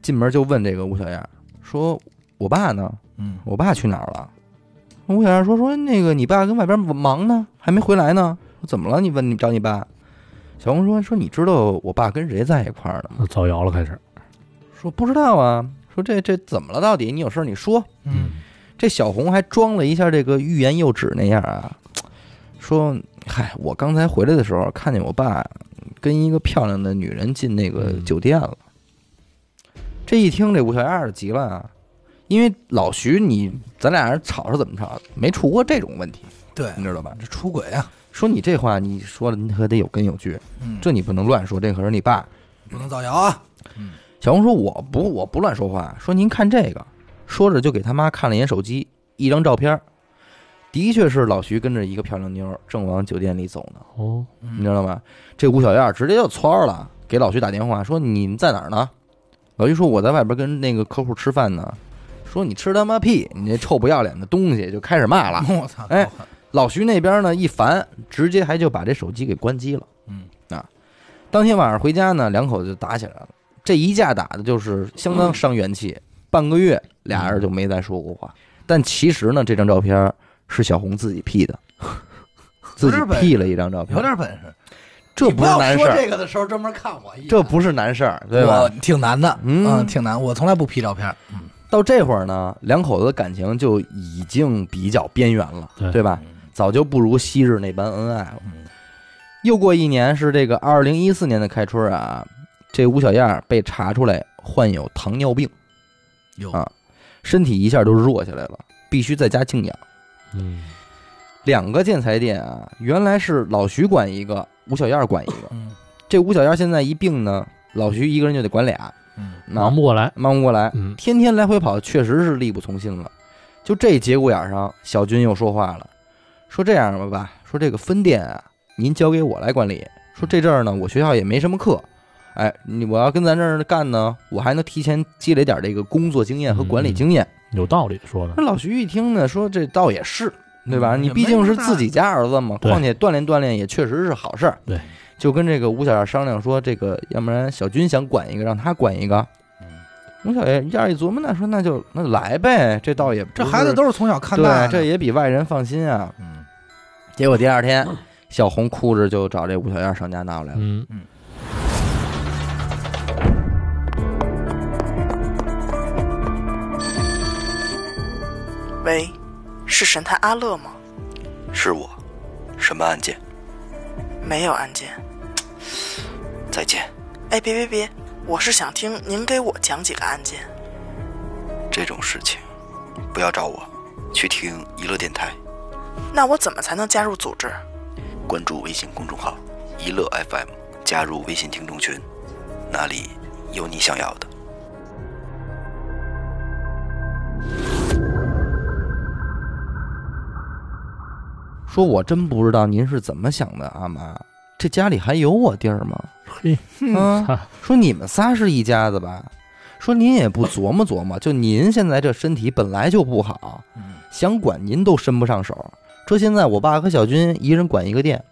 Speaker 1: 进门就问这个吴小燕儿说：“我爸呢？
Speaker 2: 嗯，
Speaker 1: 我爸去哪儿了？”吴小燕说：“说那个你爸跟外边忙呢，还没回来呢。我怎么了？你问你找你爸。”小红说：“说你知道我爸跟谁在一块儿呢吗
Speaker 3: 那造谣了，开始。？”
Speaker 1: 说不知道啊。说这这怎么了？到底你有事儿你说。
Speaker 2: 嗯，
Speaker 1: 这小红还装了一下这个欲言又止那样啊，说：“嗨，我刚才回来的时候看见我爸跟一个漂亮的女人进那个酒店了。这一听，这吴小燕儿急了啊，因为老徐你咱俩人吵是怎么吵，没出过这种问题，
Speaker 2: 对，
Speaker 1: 你知道吧？
Speaker 2: 这出轨啊，
Speaker 1: 说你这话你说的你可得有根有据，
Speaker 2: 嗯，
Speaker 1: 这你不能乱说，这可是你爸。
Speaker 2: 不能造谣啊。
Speaker 1: 小红说：“我不，我不乱说话。说您看这个。”说着就给他妈看了一眼手机，一张照片儿，的确是老徐跟着一个漂亮妞儿正往酒店里走呢，
Speaker 3: 哦，
Speaker 2: 嗯
Speaker 1: 你 知道吗？这吴小燕儿直接就窜了，给老徐打电话说：“你们在哪儿呢？”老徐说：“我在外边跟那个客户吃饭呢。”说：“你吃他妈屁！你这臭不要脸的东西！”就开始骂了。
Speaker 2: 我操，
Speaker 1: 哎
Speaker 2: 够狠，
Speaker 1: 老徐那边呢一烦，直接还就把这手机给关机了。
Speaker 2: 嗯
Speaker 1: 啊，当天晚上回家呢，两口子就打起来了。这一架打的就是相当伤元气，半个月俩人就没再说过话。但其实呢，这张照片是小红自己 P 的，自己 P 了一张照片
Speaker 2: 有，点本事。
Speaker 1: 这不是难
Speaker 2: 你
Speaker 1: 事
Speaker 2: 要说
Speaker 1: 儿，
Speaker 2: 这个的时候专门看我一眼，
Speaker 1: 这不是难事儿，对
Speaker 2: 我
Speaker 1: 吧？
Speaker 2: 挺难的，
Speaker 1: 嗯啊
Speaker 2: 嗯，挺难。我从来不 P 照片，
Speaker 1: 到这会儿呢，两口子的感情就已经比较边缘了，
Speaker 3: 对
Speaker 1: 对吧？早就不如昔日那般恩爱了。
Speaker 2: 嗯
Speaker 1: 又过一年是这个二零一四年的开春啊，这吴小燕儿被查出来患有糖尿病，
Speaker 2: 有
Speaker 1: 啊身体一下就弱下来了，必须在家静养。
Speaker 3: 嗯，
Speaker 1: 两个建材店啊，原来是老徐管一个，吴小燕儿管一个。
Speaker 2: 嗯
Speaker 1: 这吴小燕儿现在一病呢，老徐一个人就得管俩，
Speaker 2: 嗯，
Speaker 1: 那
Speaker 3: 忙不过来。
Speaker 1: 忙不过来，
Speaker 3: 嗯，
Speaker 1: 天天来回跑，确实是力不从心了。就这节骨眼上，小军又说话了，说这样吧吧，说这个分店啊，您交给我来管理。说这阵儿呢，我学校也没什么课，哎，你我要跟咱这儿干呢，我还能提前积累点这个工作经验和管理经验。
Speaker 3: 有道理说的
Speaker 1: 那。老徐一听呢，说这倒也是，对吧？
Speaker 2: 嗯
Speaker 1: 你
Speaker 2: 也
Speaker 1: 毕
Speaker 2: 没
Speaker 1: 竟
Speaker 2: 多
Speaker 1: 是
Speaker 2: 大
Speaker 1: 自己家儿子嘛，
Speaker 3: 对
Speaker 1: 况且锻炼锻炼也确实是好事儿。
Speaker 3: 对，
Speaker 1: 就跟这个吴小燕商量说，这个要不然小军想管一个，让他管一个。
Speaker 2: 嗯
Speaker 1: 吴小燕燕儿一琢磨，那说那就那就来呗，这倒也不
Speaker 2: 这孩子
Speaker 1: 是
Speaker 2: 都是从小看大
Speaker 1: 对，
Speaker 2: 的，
Speaker 1: 这也比外人放心啊。
Speaker 2: 嗯
Speaker 1: 结果第二天，小红哭着就找这吴小燕上家闹来了。
Speaker 3: 嗯，
Speaker 4: 喂，是神探阿乐吗？
Speaker 5: 是我，什么案件？
Speaker 4: 没有案件。
Speaker 5: 再见，
Speaker 4: 哎，别别别，我是想听您给我讲几个案件。
Speaker 5: 这种事情不要找我，去听娱乐电台，
Speaker 4: 那我怎么才能加入组织？
Speaker 5: 关注微信公众号“娱乐 FM”，加入微信听众群，那里有你想要的。
Speaker 1: 说我真不知道您是怎么想的，阿妈，这家里还有我地儿吗？
Speaker 3: 嘿，
Speaker 1: 嗯
Speaker 3: 哈，
Speaker 1: 说你们仨是一家子吧？说您也不琢磨琢磨，就您现在这身体本来就不好，
Speaker 2: 嗯
Speaker 1: 想管您都伸不上手。这现在我爸和小军一人管一个店，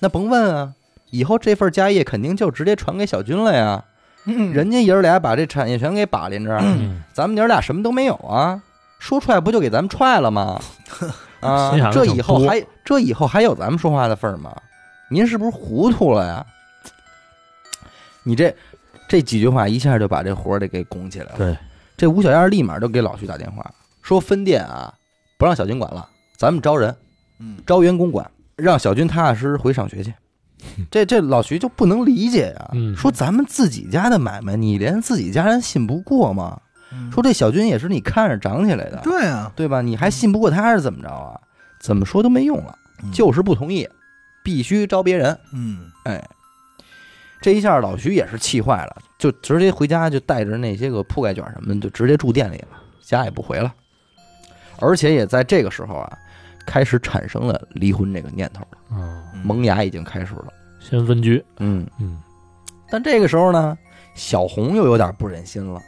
Speaker 1: 那甭问啊，以后这份家业肯定就直接传给小军了呀。
Speaker 2: 嗯，
Speaker 1: 人家爷儿俩把这产业权给把拎着，啊
Speaker 3: 嗯
Speaker 1: 咱们爷儿俩什么都没有啊，说踹不就给咱们踹了吗？啊
Speaker 3: 心眼，儿
Speaker 1: 这
Speaker 3: 挺
Speaker 1: 以后
Speaker 3: 多
Speaker 1: 还这以后还有咱们说话的份儿吗？您是不是糊涂了呀？你这这几句话一下就把这活儿得给拱起来了。
Speaker 3: 对，
Speaker 1: 这吴小燕立马就给老徐打电话，说分店啊不让小军管了，咱们招人，
Speaker 2: 嗯
Speaker 1: 招员工管，让小军踏踏实实回上学去。这这老徐就不能理解呀、
Speaker 3: 嗯
Speaker 1: 说咱们自己家的买卖，你连自己家人信不过吗？
Speaker 2: 嗯
Speaker 1: 说这小军也是你看着长起来的，
Speaker 2: 对啊，
Speaker 1: 对吧？你还信不过他是怎么着啊？怎么说都没用了，
Speaker 2: 嗯
Speaker 1: 就是不同意，必须招别人。
Speaker 2: 嗯
Speaker 1: 这一下老徐也是气坏了，就直接回家就带着那些个铺盖卷什么的，就直接住店里了，家也不回了。而且也在这个时候啊，开始产生了离婚这个念头了，
Speaker 3: 啊，
Speaker 2: 嗯
Speaker 1: 萌芽已经开始了。
Speaker 3: 先分居，
Speaker 1: 嗯，
Speaker 3: 嗯
Speaker 1: 但这个时候呢，小红又有点不忍心了，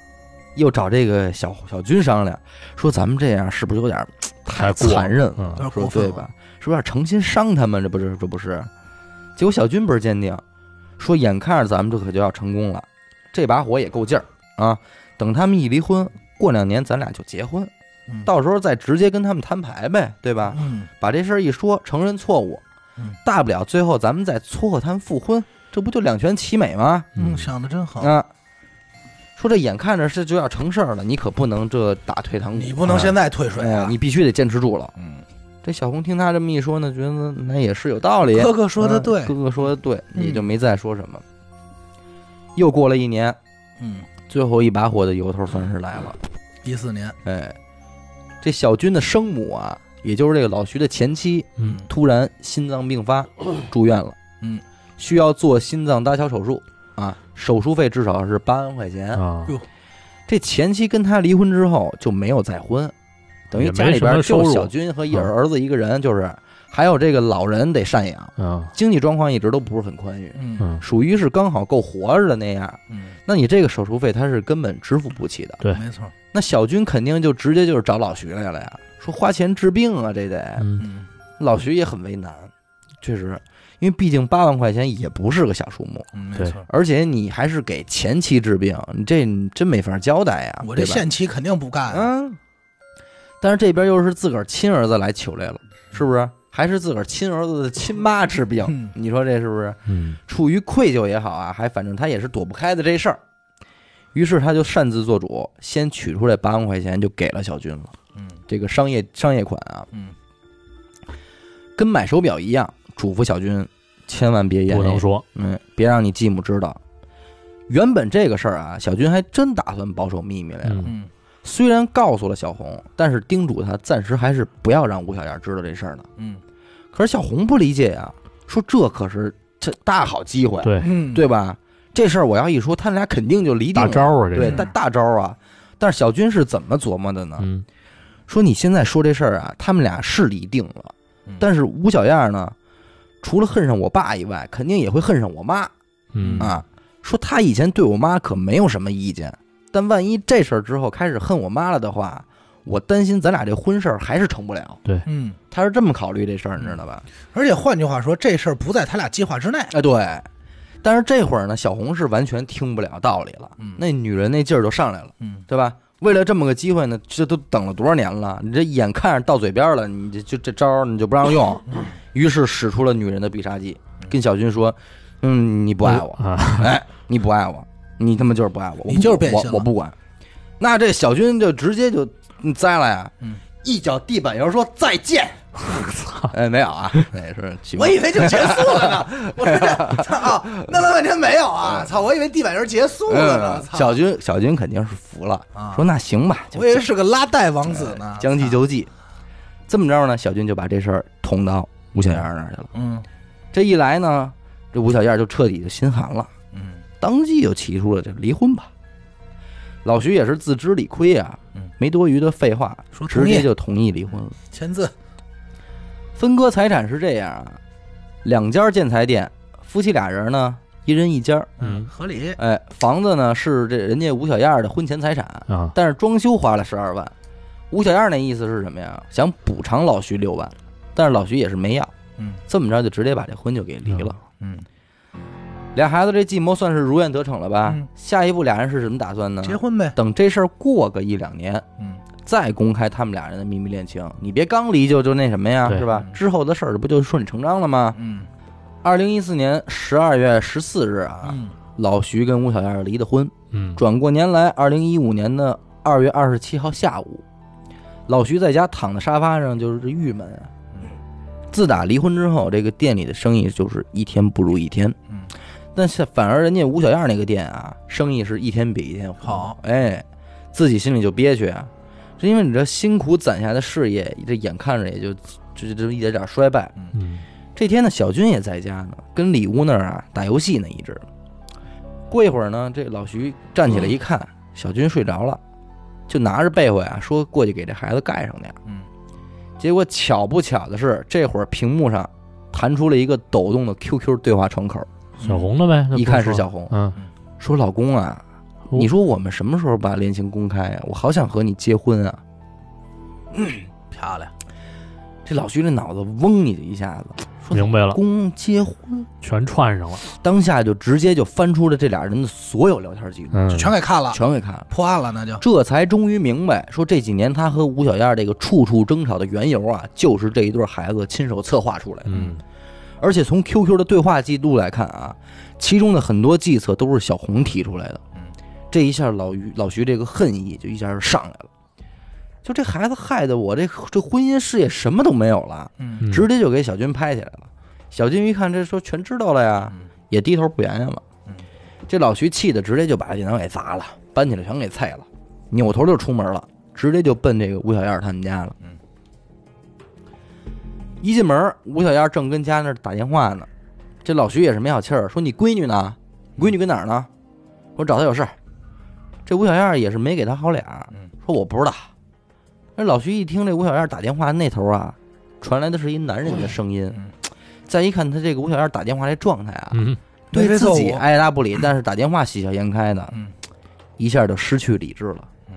Speaker 1: 又找这个小小军商量，说咱们这样是不是有点
Speaker 3: 太过了
Speaker 1: 残忍了？
Speaker 3: 嗯
Speaker 2: 有点
Speaker 1: 说
Speaker 2: 过分
Speaker 1: 对
Speaker 2: 了
Speaker 1: 吧？是不是有点诚心伤他们？这不是这不是？结果小军倍儿坚定，说眼看着咱们这可就要成功了，这把火也够劲儿啊！等他们一离婚，过两年咱俩就结婚，
Speaker 2: 嗯
Speaker 1: 到时候再直接跟他们摊牌呗，对吧？
Speaker 2: 嗯
Speaker 1: 把这事儿一说，承认错误
Speaker 2: 嗯，
Speaker 1: 大不了最后咱们再撮合他们复婚，这不就两全其美吗？
Speaker 2: 嗯，想的真好，
Speaker 1: 啊！说这眼看着是就要成事儿了，你可不能这打退堂鼓，
Speaker 2: 你不能现
Speaker 1: 在
Speaker 2: 在退水啊，
Speaker 1: 嗯哎你必须得坚持住了。
Speaker 2: 嗯，
Speaker 1: 这小红听他这么一说呢，觉得那也是有道理。
Speaker 2: 哥哥说的
Speaker 1: 嗯
Speaker 2: 对，
Speaker 1: 哥哥说的对，
Speaker 2: 嗯
Speaker 1: 也就没再说什么。又过了一年，
Speaker 2: 嗯，
Speaker 1: 最后一把火的由头算是来了。
Speaker 2: 一四年，
Speaker 1: 哎，这小军的生母啊，也就是这个老徐的前妻，
Speaker 3: 嗯
Speaker 1: 突然心脏病发，住院了。
Speaker 2: 嗯，
Speaker 1: 需要做心脏搭桥手术啊，手术费至少是八万块钱。
Speaker 3: 啊，
Speaker 1: 这前妻跟他离婚之后就没有再婚，等于家里边就小军和一儿子一个人，就是还有这个老人得赡养，
Speaker 3: 啊，
Speaker 1: 经济状况一直都不是很宽裕，
Speaker 2: 嗯
Speaker 3: 嗯，
Speaker 1: 属于是刚好够活着的那样。
Speaker 2: 嗯，
Speaker 1: 那你这个手术费他是根本支付不起的，
Speaker 3: 对
Speaker 2: 没错，
Speaker 1: 那小军肯定就直接就是找老徐来了呀，说花钱治病啊，这得
Speaker 3: 嗯，
Speaker 2: 嗯
Speaker 1: 老徐也很为难，确实，因为毕竟八万块钱也不是个小数目，
Speaker 2: 嗯，没
Speaker 3: 对
Speaker 2: 错，
Speaker 1: 而且你还是给前妻治病，你这你真没法交代呀，
Speaker 2: 我这
Speaker 1: 啊对吧
Speaker 2: 限期肯定不干啊，
Speaker 1: 嗯，但是这边又是自个儿亲儿子来求来了，是不是？还是自个儿亲儿子的亲妈治病？
Speaker 2: 嗯
Speaker 1: 你说这是不是
Speaker 3: 嗯，
Speaker 1: 处于愧疚也好啊？还反正他也是躲不开的这事儿。于是他就擅自做主，先取出来八万块钱就给了小军了，
Speaker 2: 嗯
Speaker 1: 这个商业商业款啊，
Speaker 2: 嗯，
Speaker 1: 跟买手表一样，嘱咐小军千万别言
Speaker 3: 不能
Speaker 1: 说，
Speaker 3: 说，
Speaker 1: 嗯，别让你继母知道。原本这个事儿啊，小军还真打算保守秘密来着，
Speaker 3: 嗯
Speaker 2: 嗯
Speaker 1: 虽然告诉了小红，但是叮嘱她暂时还是不要让吴小燕知道这事儿呢。
Speaker 2: 嗯
Speaker 1: 可是小红不理解呀、说这可是这大好机会，啊
Speaker 3: 对，
Speaker 2: 嗯，
Speaker 1: 对吧？这事儿我要一说，他俩肯定就离定
Speaker 3: 大
Speaker 1: 了，
Speaker 3: 招啊，这
Speaker 1: 对
Speaker 3: 是
Speaker 1: 大大招啊！但是小军是怎么琢磨的呢？
Speaker 3: 嗯
Speaker 1: 说你现在说这事儿啊，他们俩是离定了，
Speaker 2: 嗯
Speaker 1: 但是吴小燕呢，除了恨上我爸以外，肯定也会恨上我妈
Speaker 3: 嗯
Speaker 1: 啊。说她以前对我妈可没有什么意见，但万一这事儿之后开始恨我妈了的话，我担心咱俩这婚事儿还是成不了。
Speaker 2: 嗯，
Speaker 1: 他是这么考虑这事儿，你知道吧？
Speaker 2: 而且换句话说，这事儿不在他俩计划之内，
Speaker 1: 哎，对。但是这会儿呢，小红是完全听不了道理了，
Speaker 2: 嗯
Speaker 1: 那女人那劲儿就上来了，
Speaker 2: 嗯
Speaker 1: 对吧？为了这么个机会呢，这都等了多少年了？你这眼看着到嘴边儿了，你这就这招儿你就不让用，于是使出了女人的必杀技，跟小军说：“嗯，你不爱我，
Speaker 3: 啊，
Speaker 1: 哎，你不爱我，你他妈就是不爱我，我不
Speaker 2: 你就是变心
Speaker 1: 我
Speaker 2: 了
Speaker 1: 我不管。”那这小军就直接就嗯栽了呀，
Speaker 2: 嗯
Speaker 1: 一脚地板油说再 见。哎，没有啊，那是起码
Speaker 2: 我以为就结束了呢， 我说这操啊，弄了半天没有啊，操！我以为地板油结束了呢，
Speaker 1: 嗯，
Speaker 2: 操！
Speaker 1: 小军小军肯定是服了，
Speaker 2: 啊
Speaker 1: 说那行吧，就
Speaker 2: 我以为是个拉带王子呢，
Speaker 1: 将计
Speaker 2: 操
Speaker 1: 就计。这么着呢，小军就把这事儿捅到吴小燕那儿去了。
Speaker 2: 嗯
Speaker 1: 这一来呢，这吴小燕就彻底就心寒了，
Speaker 2: 嗯
Speaker 1: 当即就提出了这离婚吧。老徐也是自知理亏啊
Speaker 2: 嗯，
Speaker 1: 没多余的废话，
Speaker 2: 说
Speaker 1: 直
Speaker 2: 同意
Speaker 1: 接就同意离婚了。
Speaker 2: 签字，
Speaker 1: 分割财产是这样啊，两家建材店，夫妻俩人呢，一人一家儿。
Speaker 3: 嗯
Speaker 2: 合理，
Speaker 1: 哎，房子呢是这人家吴小燕的婚前财产，
Speaker 3: 啊，
Speaker 1: 但是装修花了十二万。吴小燕那意思是什么呀？想补偿老徐六万，但是老徐也是没要。
Speaker 2: 嗯
Speaker 1: 这么着就直接把这婚就给离了。
Speaker 2: 嗯，
Speaker 1: 俩孩子这计谋算是如愿得逞了吧？
Speaker 2: 嗯
Speaker 1: 下一步俩人是什么打算呢？
Speaker 2: 结婚呗，
Speaker 1: 等这事儿过个一两年，
Speaker 2: 嗯
Speaker 1: 再公开他们俩人的秘密恋情。你别刚离就就那什么呀，
Speaker 3: 对
Speaker 1: 是吧？
Speaker 2: 嗯
Speaker 1: 之后的事儿不就顺理成章了吗？
Speaker 2: 嗯
Speaker 1: 二零一四年十二月十四日啊，
Speaker 2: 嗯
Speaker 1: 老徐跟吴小燕离的婚。
Speaker 3: 嗯，
Speaker 1: 转过年来，二零一五年的二月二十
Speaker 2: 嗯
Speaker 1: 七号下午，老徐在家躺在沙发上就是郁闷啊，自打离婚之后，这个店里的生意就是一天不如一天。
Speaker 2: 嗯，
Speaker 1: 但是反而人家吴小燕那个店啊，生意是一天比一天
Speaker 2: 好。
Speaker 1: 哎，自己心里就憋屈啊，是因为你这辛苦攒下的事业，这眼看着也就就就一点点衰败。
Speaker 3: 嗯
Speaker 1: 这天呢，小军也在家呢，跟里屋那儿啊打游戏呢，一直。过一会儿呢，这老徐站
Speaker 3: 嗯
Speaker 1: 起来一看，小军睡着了，就拿着被窝啊说过去给这孩子盖上点儿。
Speaker 2: 嗯，
Speaker 1: 结果巧不巧的是，这会儿屏幕上弹出了一个抖动的 QQ 对话窗口，
Speaker 3: 小红的呗，那不
Speaker 1: 一看是
Speaker 3: 说
Speaker 1: 小红，
Speaker 3: 嗯，
Speaker 1: 说：“老公啊，
Speaker 3: 哦
Speaker 1: 你说我们什么时候把恋情公开啊？我好想和你结婚啊
Speaker 2: 漂亮，！”
Speaker 1: 这老徐这脑子嗡一下子，说：“
Speaker 3: 明白了，
Speaker 1: 公结婚。”
Speaker 3: 全串上了，
Speaker 1: 当下就直接就翻出了这俩人的所有聊天记录，
Speaker 3: 嗯，
Speaker 2: 全给看了，
Speaker 1: 全给看了。
Speaker 2: 破案了，那就
Speaker 1: 这才终于明白，说这几年他和吴小燕这个处处争吵的缘由啊，就是这一对孩子亲手策划出来的。
Speaker 3: 嗯
Speaker 1: 而且从 QQ 的对话记录来看啊，其中的很多计策都是小红提出来的。
Speaker 2: 嗯，
Speaker 1: 这一下老于老徐这个恨意就一下就上来了，就这孩子害得我这这婚姻事业什么都没有了，
Speaker 2: 嗯
Speaker 3: 嗯，
Speaker 1: 直接就给小军拍起来了。小军一看这说全知道了呀，
Speaker 2: 嗯
Speaker 1: 也低头不言言了
Speaker 2: 嗯。
Speaker 1: 这老徐气的直接就把这电脑给砸了，搬起来全给碎了，扭头就出门了，直接就奔这个吴小燕他们家了。
Speaker 2: 嗯
Speaker 1: 一进门，吴小燕正跟家那儿打电话呢，这老徐也是没好气儿，说你闺女
Speaker 2: 嗯
Speaker 1: 呢？闺女跟哪儿呢？我找她有事儿。这吴小燕也是没给他好脸儿
Speaker 2: 嗯，
Speaker 1: 说我不知道。那老徐一听这吴小燕打电话那头啊，传来的是一男人的声音
Speaker 2: 嗯，
Speaker 1: 再一看他这个吴小燕打电话这状态啊，
Speaker 3: 嗯
Speaker 1: 对
Speaker 2: 眉飞
Speaker 1: 自
Speaker 2: 色
Speaker 1: 己
Speaker 2: 舞
Speaker 1: 爱答不理，但是打电话喜笑颜开的，
Speaker 2: 嗯
Speaker 1: 一下就失去理智了
Speaker 2: 嗯。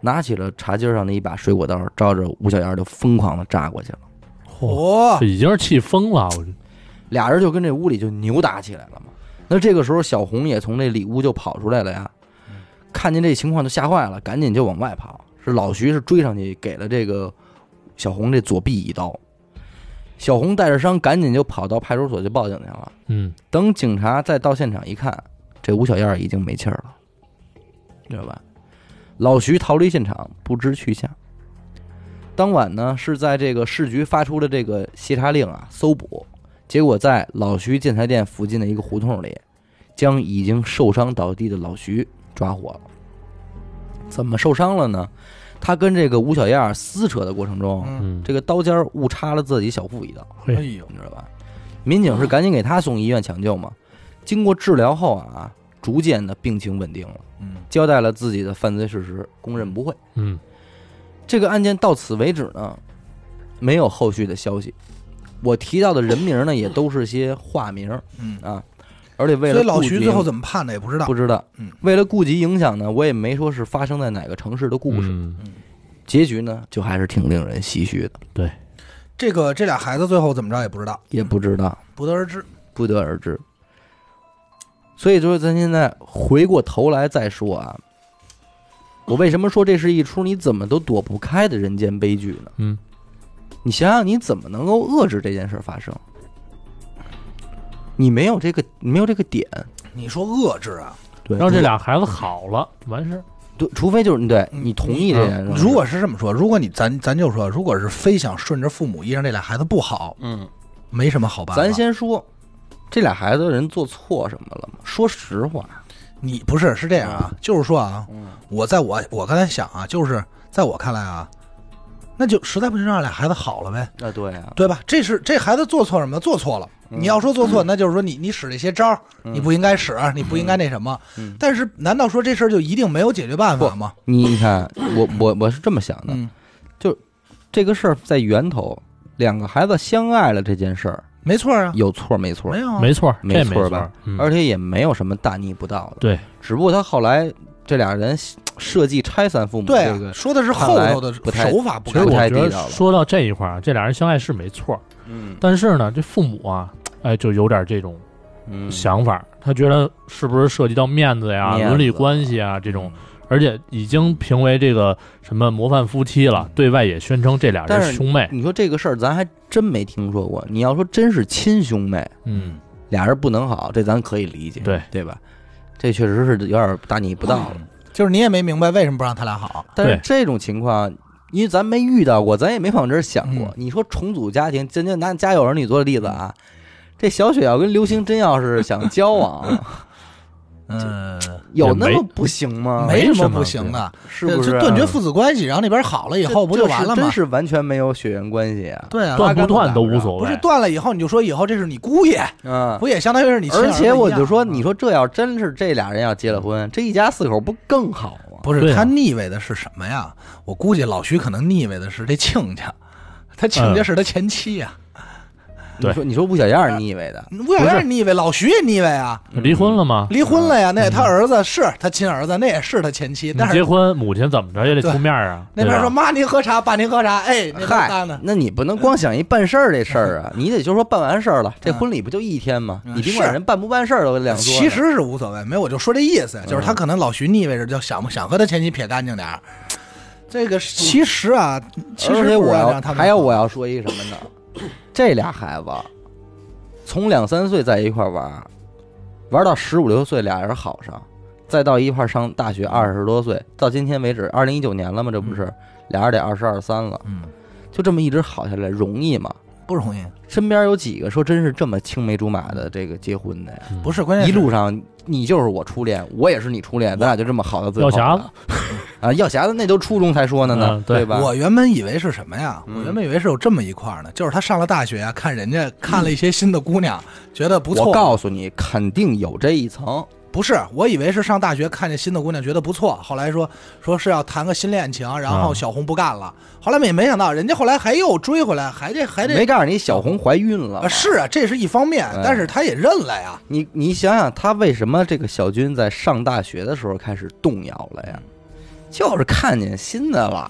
Speaker 1: 拿起了茶几上的一把水果刀，照着吴小燕就疯狂的扎过去了。
Speaker 3: 嚯
Speaker 2: 哦
Speaker 3: 这，已经是气疯了，我
Speaker 1: 俩人就跟这屋里就扭打起来了嘛。那这个时候，小红也从这里屋就跑出来了呀，看见这情况就吓坏了，赶紧就往外跑。是老徐是追上去，给了这个小红这左臂一刀。小红带着伤，赶紧就跑到派出所去报警去了。
Speaker 3: 嗯
Speaker 1: 等警察再到现场一看，这吴小燕已经没气儿了，知道吧？老徐逃离现场，不知去向。当晚呢，是在这个市局发出的这个协查令啊，搜捕，结果在老徐建材店附近的一个胡同里，将已经受伤倒地的老徐抓获了。怎么受伤了呢？他跟这个吴小燕啊撕扯的过程中，
Speaker 2: 嗯
Speaker 3: 嗯，
Speaker 1: 这个刀尖儿误插了自己小腹一刀。
Speaker 3: 对
Speaker 2: 哎呦，
Speaker 1: 你知道吧？民警是赶紧给他送医院抢救嘛。经过治疗后啊，逐渐的病情稳定了，
Speaker 2: 嗯
Speaker 1: 交代了自己的犯罪事实，供认不讳。
Speaker 3: 嗯
Speaker 1: 这个案件到此为止呢，没有后续的消息。我提到的人名呢，也都是些化名
Speaker 2: 嗯，
Speaker 1: 啊，而且为
Speaker 2: 所
Speaker 1: 了
Speaker 2: 以老
Speaker 1: 顾及
Speaker 2: 徐最后怎么判的也不知道
Speaker 1: 不，知道
Speaker 2: 嗯，
Speaker 1: 为了顾及影响呢，我也没说是发生在哪个城市的故事。
Speaker 3: 嗯
Speaker 1: 结局呢，就还是挺令人唏嘘的，
Speaker 2: 这个这俩孩子最后怎么着也不知道，
Speaker 1: 也不知道。
Speaker 2: 不得而知。
Speaker 1: 不得而知。所以说，咱现在回过头来再说啊，我为什么说这是一出你怎么都躲不开的人间悲剧呢？
Speaker 3: 嗯，
Speaker 1: 你想想，你怎么能够遏制这件事儿发生？你没有这个，你没有这个点，
Speaker 2: 你说遏制啊？
Speaker 1: 对
Speaker 3: 让这俩孩子好了，完事儿，
Speaker 1: 对，除非就是对你同意
Speaker 3: 嗯
Speaker 1: 这件事儿。
Speaker 2: 如果是这么说，如果你咱咱就说，如果是非想顺着父母意让这俩孩子不好，
Speaker 1: 嗯，
Speaker 2: 没什么好办法。
Speaker 1: 咱先说这俩孩子的人做错什么了吗？说实话，
Speaker 2: 你不是是这样啊，就是说啊，我在我我刚才想啊，就是在我看来啊，那就实在不行让俩孩子好了呗，
Speaker 1: 啊，对啊，
Speaker 2: 对吧？这是这孩子做错什么？做错了。
Speaker 1: 嗯
Speaker 2: 你要说做错，那就是说你你使这些招儿，你不应该使，啊你不应该那什么。
Speaker 1: 嗯
Speaker 2: 但是难道说这事儿就一定没有解决办法吗？
Speaker 1: 你你看，我我我是这么想的，
Speaker 2: 嗯，
Speaker 1: 这个事儿在源头，两个孩子相爱了这件事儿
Speaker 2: 没错啊，
Speaker 1: 有错没错
Speaker 2: 没？有啊
Speaker 3: 没错儿，这
Speaker 1: 没
Speaker 3: 没
Speaker 1: 错儿
Speaker 3: 错
Speaker 1: 吧
Speaker 3: 儿？嗯
Speaker 1: 而且也没有什么大逆不道的，
Speaker 3: 对，
Speaker 1: 只不过他后来这俩人设计拆散父母
Speaker 2: 对
Speaker 1: 这
Speaker 2: 啊，
Speaker 1: 个，
Speaker 2: 说的是后头的
Speaker 1: 不太
Speaker 2: 手法不
Speaker 1: 其实
Speaker 2: 干
Speaker 1: 我
Speaker 2: 净。
Speaker 1: 太地
Speaker 3: 我
Speaker 1: 道
Speaker 3: 觉得
Speaker 1: 了
Speaker 3: 说到这一块儿，这俩人相爱是没错儿，
Speaker 1: 嗯
Speaker 3: 但是呢，这父母啊，哎，就有点这种
Speaker 1: 嗯
Speaker 3: 想法儿，他觉得是不是涉及到面子呀、
Speaker 1: 面子嗯
Speaker 3: 伦理关系啊这种，而且已经评为这个什么模范夫妻了，对外也宣称这俩
Speaker 1: 嗯但
Speaker 3: 人
Speaker 1: 是
Speaker 3: 是兄妹。
Speaker 1: 你说这个事儿，咱还真没听说过。你要说真是亲兄妹，
Speaker 3: 嗯，
Speaker 1: 俩人不能好，这咱可以理解，
Speaker 3: 对
Speaker 1: 对吧？这确实是有点大逆不道了。
Speaker 2: 就是你也没明白为什么不让他俩好，
Speaker 1: 但是
Speaker 3: 对
Speaker 1: 这种情况，因为咱没遇到过，咱也没往这儿想过
Speaker 2: 嗯。
Speaker 1: 你说重组家庭，咱就拿家有儿女做例子啊，这小雪要跟刘星真要是想交往，
Speaker 2: 嗯，
Speaker 1: 有那么不行吗？
Speaker 2: 没什
Speaker 3: 什
Speaker 2: 么
Speaker 3: 么
Speaker 2: 不行的，
Speaker 1: 是不是
Speaker 2: 就
Speaker 1: 啊？
Speaker 2: 断绝父子关系，然后那边好了以后不就
Speaker 1: 这
Speaker 2: 完
Speaker 1: 这
Speaker 2: 了
Speaker 1: 是
Speaker 2: 吗
Speaker 1: 真？是完全没有血缘关系啊！
Speaker 2: 对啊，
Speaker 3: 断不
Speaker 1: 拉杆
Speaker 3: 断
Speaker 1: 子
Speaker 3: 都
Speaker 1: 打不
Speaker 3: 无
Speaker 1: 着
Speaker 3: 所
Speaker 2: 不
Speaker 3: 谓
Speaker 2: 是。断了以后你就说以后这是你姑爷，
Speaker 1: 嗯，
Speaker 2: 不也相当于是你亲儿
Speaker 1: 而
Speaker 2: 子
Speaker 1: 且我就说，
Speaker 2: 一样
Speaker 1: 你说这要真是这俩人要结了婚，这一家四口不更好吗？
Speaker 2: 不是
Speaker 3: 对啊
Speaker 2: 他腻歪的是什么呀？我估计老徐可能腻歪的是这亲家，他亲家
Speaker 3: 嗯
Speaker 2: 是他前妻啊呀。
Speaker 3: 对
Speaker 1: 你说你说吴小燕儿腻歪的，
Speaker 2: 吴小燕腻歪，老徐也腻歪啊，
Speaker 3: 嗯
Speaker 1: 嗯
Speaker 3: 离婚了吗？
Speaker 2: 离婚了呀，那也他儿子是他亲儿子，那也是他前妻，
Speaker 1: 嗯
Speaker 3: 你
Speaker 2: 但
Speaker 3: 结
Speaker 2: 是
Speaker 3: 婚，母亲怎么着也得
Speaker 2: 对
Speaker 3: 出面啊。
Speaker 2: 那
Speaker 3: 对
Speaker 2: 边
Speaker 3: 吧
Speaker 2: 说妈您喝茶，爸您喝茶，哎，那边搭
Speaker 1: 嗨
Speaker 2: 呢，，
Speaker 1: 那你不能光想一办事儿这事儿 啊，你得就说办完事儿了，这婚礼不就一天吗？
Speaker 2: 嗯
Speaker 1: 你甭管
Speaker 2: 是
Speaker 1: 人办不办事儿都两说呢。
Speaker 2: 其实是无所谓，没有我就说这意
Speaker 1: 嗯
Speaker 2: 思，就是他可能老徐腻歪着，就想不想和他前妻撇干净点儿。这个其实啊，其
Speaker 1: 嗯而
Speaker 2: 实
Speaker 1: 且
Speaker 2: 不
Speaker 1: 我
Speaker 2: 让
Speaker 1: 要
Speaker 2: 让他们
Speaker 1: 还有我要说一什么呢？这俩孩子从两三岁在一块儿玩，玩到十五六岁俩人好上，再到一块儿上大学二十多岁，到今天为止二零一九年了嘛，这不是俩人得二十二三了，
Speaker 2: 嗯
Speaker 1: 就这么一直好下来容易吗？
Speaker 2: 不容易，
Speaker 1: 身边有几个说真是这么青梅竹马的这个结婚的呀？
Speaker 2: 不是关键
Speaker 1: 一
Speaker 2: 是
Speaker 1: 路上你就是我初恋，我也是你初恋，咱俩就这么好到最后
Speaker 3: 药匣
Speaker 1: 了 啊！药匣子那都初中才说的呢，
Speaker 3: 嗯对
Speaker 1: 吧？
Speaker 2: 我原本以为是什么呀？
Speaker 1: 嗯
Speaker 2: 我原本以为是有这么一块儿呢，就是他上了大学啊，看人家看了一些新的姑娘，觉得不
Speaker 1: 我
Speaker 2: 错。
Speaker 1: 告诉你，肯定有这一层。
Speaker 2: 不是，我以为是上大学看见新的姑娘觉得不错，后来说说是要谈个新恋情，然后
Speaker 3: 啊
Speaker 2: 小红不干了。后来也没想到，人家后来还又追回来，还这还哎这
Speaker 1: 没告诉你小红怀孕了吗
Speaker 2: 啊是啊，这是一方面
Speaker 1: 哎，
Speaker 2: 但是他也认了呀。
Speaker 1: 你，你想想他为什么这个小军在上大学的时候开始动摇了呀？就是看见新的 了，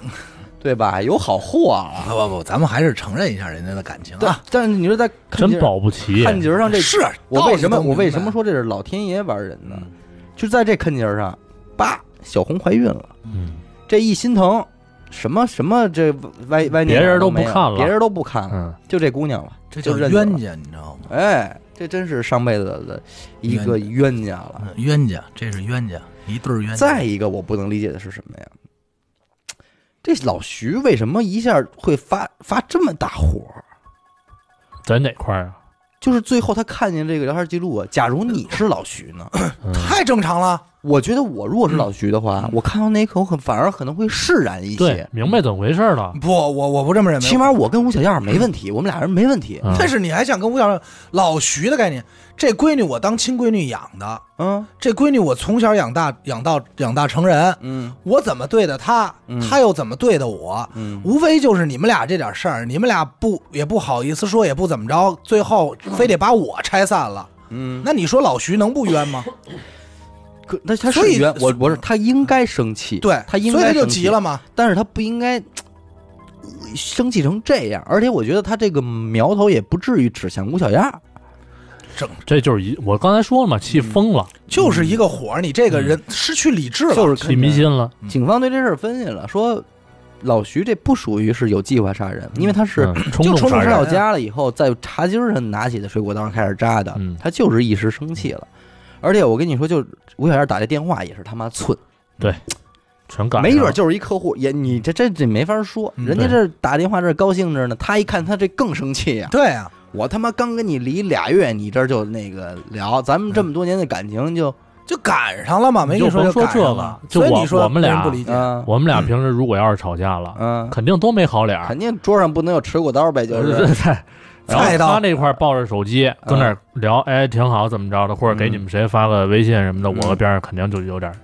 Speaker 1: 对吧？有好货了。
Speaker 2: 不不不，咱们还是承认一下人家的感情
Speaker 1: 但
Speaker 2: 啊。
Speaker 1: 但是你说在看
Speaker 3: 真
Speaker 1: 节
Speaker 3: 保不齐。
Speaker 1: 看节上这
Speaker 2: 是
Speaker 1: 我为什么
Speaker 2: 道理都明白
Speaker 1: 我为什么说这是老天爷玩人呢？
Speaker 2: 嗯
Speaker 1: 就在这坑节儿上，叭，小红怀孕了。
Speaker 3: 嗯，
Speaker 1: 这一心疼，什么什么这歪歪扭
Speaker 3: 别人
Speaker 1: 都
Speaker 3: 都不
Speaker 1: 没有
Speaker 3: 看了
Speaker 1: 别人都不看了，
Speaker 3: 嗯
Speaker 1: 就这姑娘了，
Speaker 2: 这
Speaker 1: 就
Speaker 2: 叫
Speaker 1: 认
Speaker 2: 冤
Speaker 1: 了。
Speaker 2: 家，你知道吗？
Speaker 1: 哎，这真是上辈子的一个冤家了。
Speaker 2: 嗯冤家，这是冤家，一对儿冤家。
Speaker 1: 再一个，我不能理解的是什么呀？这老徐为什么一下会发发这么大火？
Speaker 3: 在哪块儿啊？
Speaker 1: 就是最后他看见这个聊天记录啊，假如你是老徐呢？
Speaker 3: 嗯
Speaker 2: 太正常了。
Speaker 1: 我觉得我如果是老徐的话，
Speaker 2: 嗯
Speaker 1: 我看到那一刻，我可反而可能会释然一
Speaker 3: 对
Speaker 1: 些，。
Speaker 3: 明白怎么回事了。
Speaker 2: 不，我我不这么认为。
Speaker 1: 起码我跟吴小燕没问题，我们俩人没问题。
Speaker 3: 嗯
Speaker 2: 但是你还想跟吴小燕老徐的概念，这闺女我当亲闺女养的，
Speaker 1: 嗯
Speaker 2: 这闺女我从小养大，养到养大成人，
Speaker 1: 嗯
Speaker 2: 我怎么对的她，
Speaker 1: 嗯
Speaker 2: 她又怎么对的我，
Speaker 1: 嗯，
Speaker 2: 无非就是你们俩这点事儿，你们俩不也不好意思说，也不怎么着，最后非得把我拆散了。
Speaker 1: 嗯，
Speaker 2: 那你说老徐能不冤吗？
Speaker 1: 可那他
Speaker 2: 所
Speaker 1: 是
Speaker 2: 以
Speaker 1: 冤，我我是他应该生气，
Speaker 2: 对，
Speaker 1: 他应
Speaker 2: 所以
Speaker 1: 该
Speaker 2: 他就
Speaker 1: 生气嗯
Speaker 2: 急了，嘛。
Speaker 1: 但是他不应该。呃生气成这样，而且我觉得他这个苗头也不至于指向吴小燕儿。
Speaker 3: 这就是一，我刚才说了嘛，气疯
Speaker 2: 嗯
Speaker 3: 了，
Speaker 2: 就是一个火儿，你这个人失去理智了。
Speaker 1: 就是
Speaker 3: 气迷心了。
Speaker 2: 嗯
Speaker 1: 警方对这事儿分析了，说老徐这不属于是有计划杀人，因为他是
Speaker 3: 嗯冲
Speaker 2: 就
Speaker 3: 动
Speaker 2: 冲
Speaker 3: 杀
Speaker 2: 动
Speaker 1: 回
Speaker 2: 杀
Speaker 3: 人
Speaker 1: 到
Speaker 2: 人啊
Speaker 1: 家了以后，在茶几儿上拿起的水果刀开始扎的
Speaker 3: 嗯，
Speaker 1: 他就是一时生气了。
Speaker 2: 嗯
Speaker 1: 而且我跟你说，就吴小燕打这电话也是他妈寸，
Speaker 3: 全干。
Speaker 1: 没准儿就是一客户，也你这这这没法说，
Speaker 2: 嗯
Speaker 1: 人家这儿打电话这儿高兴着呢，他一看他这更生气呀、
Speaker 2: 对啊，
Speaker 1: 我他妈刚跟你离俩月，你这儿就那个聊，咱们这么多年的感情就
Speaker 2: 就赶上了嘛，没
Speaker 3: 你
Speaker 2: 跟
Speaker 3: 就
Speaker 2: 说
Speaker 3: 甭说
Speaker 2: 赶上
Speaker 3: 这
Speaker 2: 了
Speaker 3: 个。就
Speaker 2: 所以
Speaker 3: 我
Speaker 2: 你说
Speaker 3: 我们俩
Speaker 2: 别人不理解，
Speaker 1: 嗯
Speaker 3: 我们俩平时如果要是吵架了，
Speaker 1: 嗯，
Speaker 3: 肯定都没好脸儿。
Speaker 1: 肯定桌上不能有吃果刀呗，就是
Speaker 3: 菜
Speaker 2: 菜
Speaker 3: 然后
Speaker 2: 刀
Speaker 3: 他那块儿抱着手机跟那儿聊，哎，挺好，怎么着的，或者给你们谁发个微信什么的，
Speaker 1: 嗯
Speaker 3: 我搁边上肯定就有点儿，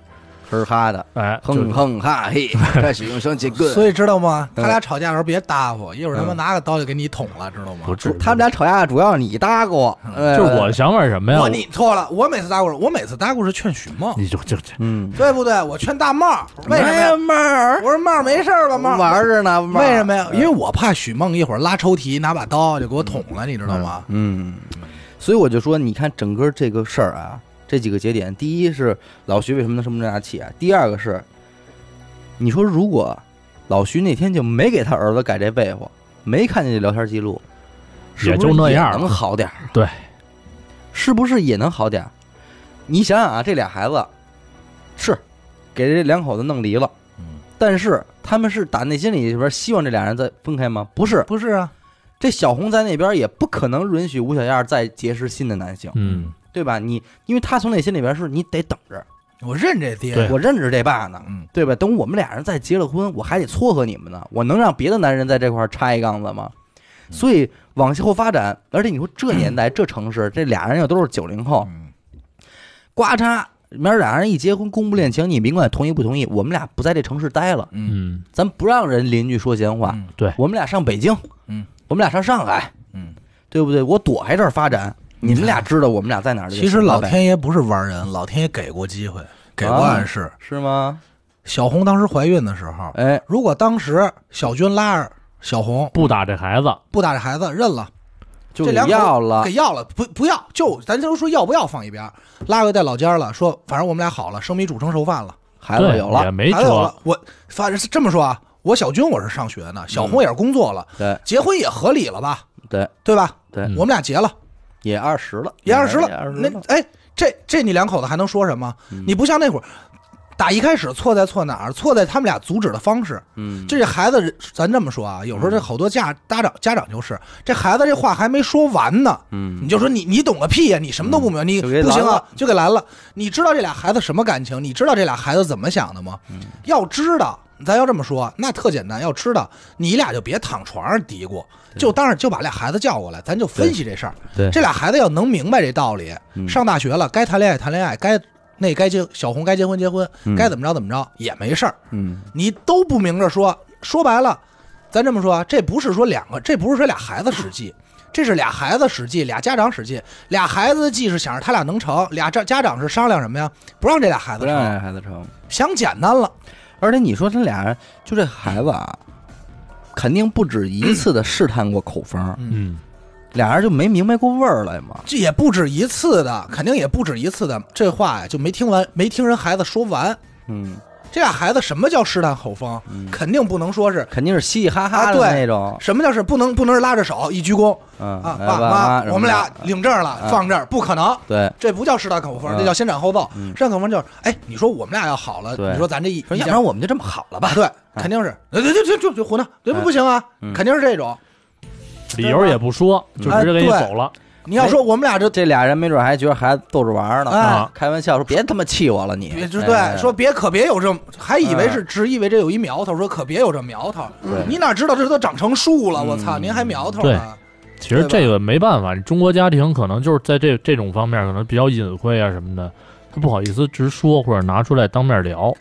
Speaker 1: 哼哈的，
Speaker 3: 哎，就
Speaker 1: 哼哼哈嘿，开始用生气棍。
Speaker 2: 所以知道吗？
Speaker 1: 嗯
Speaker 2: 他俩吵架的时候别搭伙，一会儿他妈
Speaker 1: 嗯
Speaker 2: 拿个刀就给你捅了，知道吗
Speaker 3: 不？至于
Speaker 1: 他们俩吵架主要是你搭过，
Speaker 3: 就
Speaker 1: 就是
Speaker 3: 我的想法是什么呀
Speaker 2: 我？你错了，我每次搭过，我每次搭过是劝许梦，
Speaker 3: 你就就就
Speaker 1: 嗯，
Speaker 2: 对不对？我劝大帽，为
Speaker 1: 哎呀
Speaker 2: 什么呀？
Speaker 1: 妹儿
Speaker 2: 我，说帽没事儿吧，帽
Speaker 1: 玩着呢，妹儿
Speaker 2: 为什么呀？因为我怕许梦一会儿拉抽屉拿把刀就给我捅了，你知道吗？
Speaker 1: 嗯，所以我就说，你看整个这个事儿啊，这几个节点，第一是老徐为什么能这么大气啊？第二个是，你说如果老徐那天就没给他儿子改这被窝，没看见这聊天记录，是
Speaker 3: 也
Speaker 1: 不是
Speaker 3: 就那样
Speaker 1: 也
Speaker 3: 了
Speaker 1: 能好点儿？
Speaker 3: 对，
Speaker 1: 是不是也能好点儿？你想想啊，这俩孩子是给这两口子弄离了，
Speaker 2: 嗯，
Speaker 1: 但是他们是打内心里边希望这俩人再分开吗？不是，
Speaker 2: 不是啊，
Speaker 1: 这小红在那边也不可能允许吴小燕再结识新的男性，
Speaker 3: 嗯，
Speaker 1: 对吧？你因为他从内心里边是你得等着，
Speaker 2: 我认这爹，
Speaker 3: 对
Speaker 1: 我认识这爸呢，
Speaker 2: 嗯，
Speaker 1: 对吧？等我们俩人再结了婚，我还得撮合你们呢，我能让别的男人在这块儿插一杠子吗？所以往后发展，而且你说这年代、这城市，这俩人又都是九零后，
Speaker 2: 嗯
Speaker 1: 呱嚓，明儿俩人一结婚公布恋情，你甭管同意不同意，我们俩不在这城市待了，
Speaker 2: 嗯
Speaker 3: 嗯，
Speaker 1: 咱不让人邻居说闲话，
Speaker 2: 嗯
Speaker 3: 对，
Speaker 1: 我们俩上北京，
Speaker 2: 嗯，
Speaker 1: 我们俩上上海，
Speaker 2: 嗯，
Speaker 1: 对不对？我躲开这儿发展，你们俩知道我们俩在哪儿就行了呗？
Speaker 2: 其实老天爷不是玩人，老天爷给过机会，给过暗示。
Speaker 1: 是吗？
Speaker 2: 小红当时怀孕的时候，
Speaker 1: 哎，
Speaker 2: 如果当时小军拉着小红
Speaker 3: 不打这孩子，
Speaker 2: 不打这孩子，认了，
Speaker 1: 就给
Speaker 2: 这两口
Speaker 1: 要了
Speaker 2: 给，要了，不不要，就咱就说要不要放一边儿，拉回带老家了，说反正我们俩好了，生米煮成熟饭了，
Speaker 1: 孩子
Speaker 3: 对
Speaker 1: 有
Speaker 3: 也
Speaker 1: 了，
Speaker 3: 没
Speaker 2: 孩子有
Speaker 3: 辙，
Speaker 2: 了，我反正是这么说啊，我小军我是上学呢，小红也是工作了，
Speaker 1: 对
Speaker 2: 结婚也合理了吧，
Speaker 1: 对，
Speaker 2: 对吧？
Speaker 1: 对
Speaker 2: 我们俩结了，
Speaker 1: 也二十了，
Speaker 2: 嗯也二十了
Speaker 1: 也二，十
Speaker 2: 那
Speaker 1: 了，嗯
Speaker 2: 哎，这这你两口子还能说什么？你不像那会儿。打一开始错在错哪儿？错在他们俩阻止的方式。
Speaker 1: 嗯，
Speaker 2: 这孩子，咱这么说啊，有时候这好多家家长家长就是，这孩子这话还没说完呢，
Speaker 1: 嗯
Speaker 2: 你就说你你懂个屁呀、你什么都不明白，你
Speaker 1: 就给
Speaker 2: 不行
Speaker 1: 拦
Speaker 2: 啊
Speaker 1: 了，
Speaker 2: 就给拦了。你知道这俩孩子什么感情？你知道这俩孩子怎么想的吗？
Speaker 1: 嗯
Speaker 2: 要知道，咱要这么说，那特简单。要知道，你俩就别躺床上嘀咕，就当然就把俩孩子叫过来，咱就分析这事儿。
Speaker 1: 对
Speaker 2: 这俩孩子要能明白这道理，
Speaker 1: 嗯
Speaker 2: 上大学了，该谈恋爱谈恋爱，该那该结小红该结婚结婚，
Speaker 1: 嗯
Speaker 2: 该怎么着怎么着也没事儿。
Speaker 1: 嗯
Speaker 2: 你都不明着说，说白了，咱这么说啊，这不是说两个，这不是说俩孩子使计，这是俩孩子使计，俩家长使计，俩孩子既是想着他俩能成，俩这家长是商量什么呀？不让这俩孩
Speaker 1: 不
Speaker 2: 子
Speaker 1: 让
Speaker 2: 成，
Speaker 1: 这孩子成。
Speaker 2: 想简单了，
Speaker 1: 而且你说他俩就这孩子啊，肯定不止一次的试探过口风，
Speaker 3: 嗯，
Speaker 1: 俩人就没明白过味儿来嘛。
Speaker 2: 这也不止一次的，肯定也不止一次的，这话呀就没听完，没听人孩子说完。
Speaker 1: 嗯，
Speaker 2: 这俩孩子什么叫试探口风？肯定不能说是
Speaker 1: 肯定是嘻嘻哈哈
Speaker 2: 啊
Speaker 1: 的
Speaker 2: 对
Speaker 1: 那种。
Speaker 2: 什么叫是不能不能是拉着手一鞠躬
Speaker 1: 嗯，
Speaker 2: 啊，
Speaker 1: 哎
Speaker 2: 爸
Speaker 1: 妈
Speaker 2: 妈
Speaker 1: 什么，的，
Speaker 2: 我们俩领证
Speaker 1: 啊
Speaker 2: 了，放这儿不可能。
Speaker 1: 对。
Speaker 2: 这不叫试探口风，
Speaker 1: 嗯
Speaker 2: 这叫先斩后奏。
Speaker 1: 嗯
Speaker 2: 试探口风就是，哎，你说我们俩要好了，
Speaker 1: 对
Speaker 2: 你说咱这一
Speaker 1: 说，
Speaker 2: 一
Speaker 1: 要不
Speaker 2: 家
Speaker 1: 然我们就这么好了吧？
Speaker 2: 对，肯定是，对对对对，就就混蛋，对
Speaker 1: 嗯
Speaker 2: 不不行啊，
Speaker 1: 嗯
Speaker 2: 肯定是这种。
Speaker 3: 理由也不说，就直接给你
Speaker 2: 哎对
Speaker 3: 走了，
Speaker 2: 你要说我们俩 就
Speaker 1: 这俩人没准还觉得孩子逗着玩儿呢，啊
Speaker 2: 哎
Speaker 1: 开玩笑说别他妈气我了你，
Speaker 2: 别就
Speaker 1: 哎
Speaker 2: 对，说别可别有这，还以为是只以为这有一苗头，说可别有这苗头
Speaker 1: 对，嗯
Speaker 2: 你哪知道这都长成树了，我操，您还苗头呢？
Speaker 3: 其实这个没办法，中国家庭可能就是在这这种方面可能比较隐晦啊什么的，他不好意思直说或者拿出来当面聊。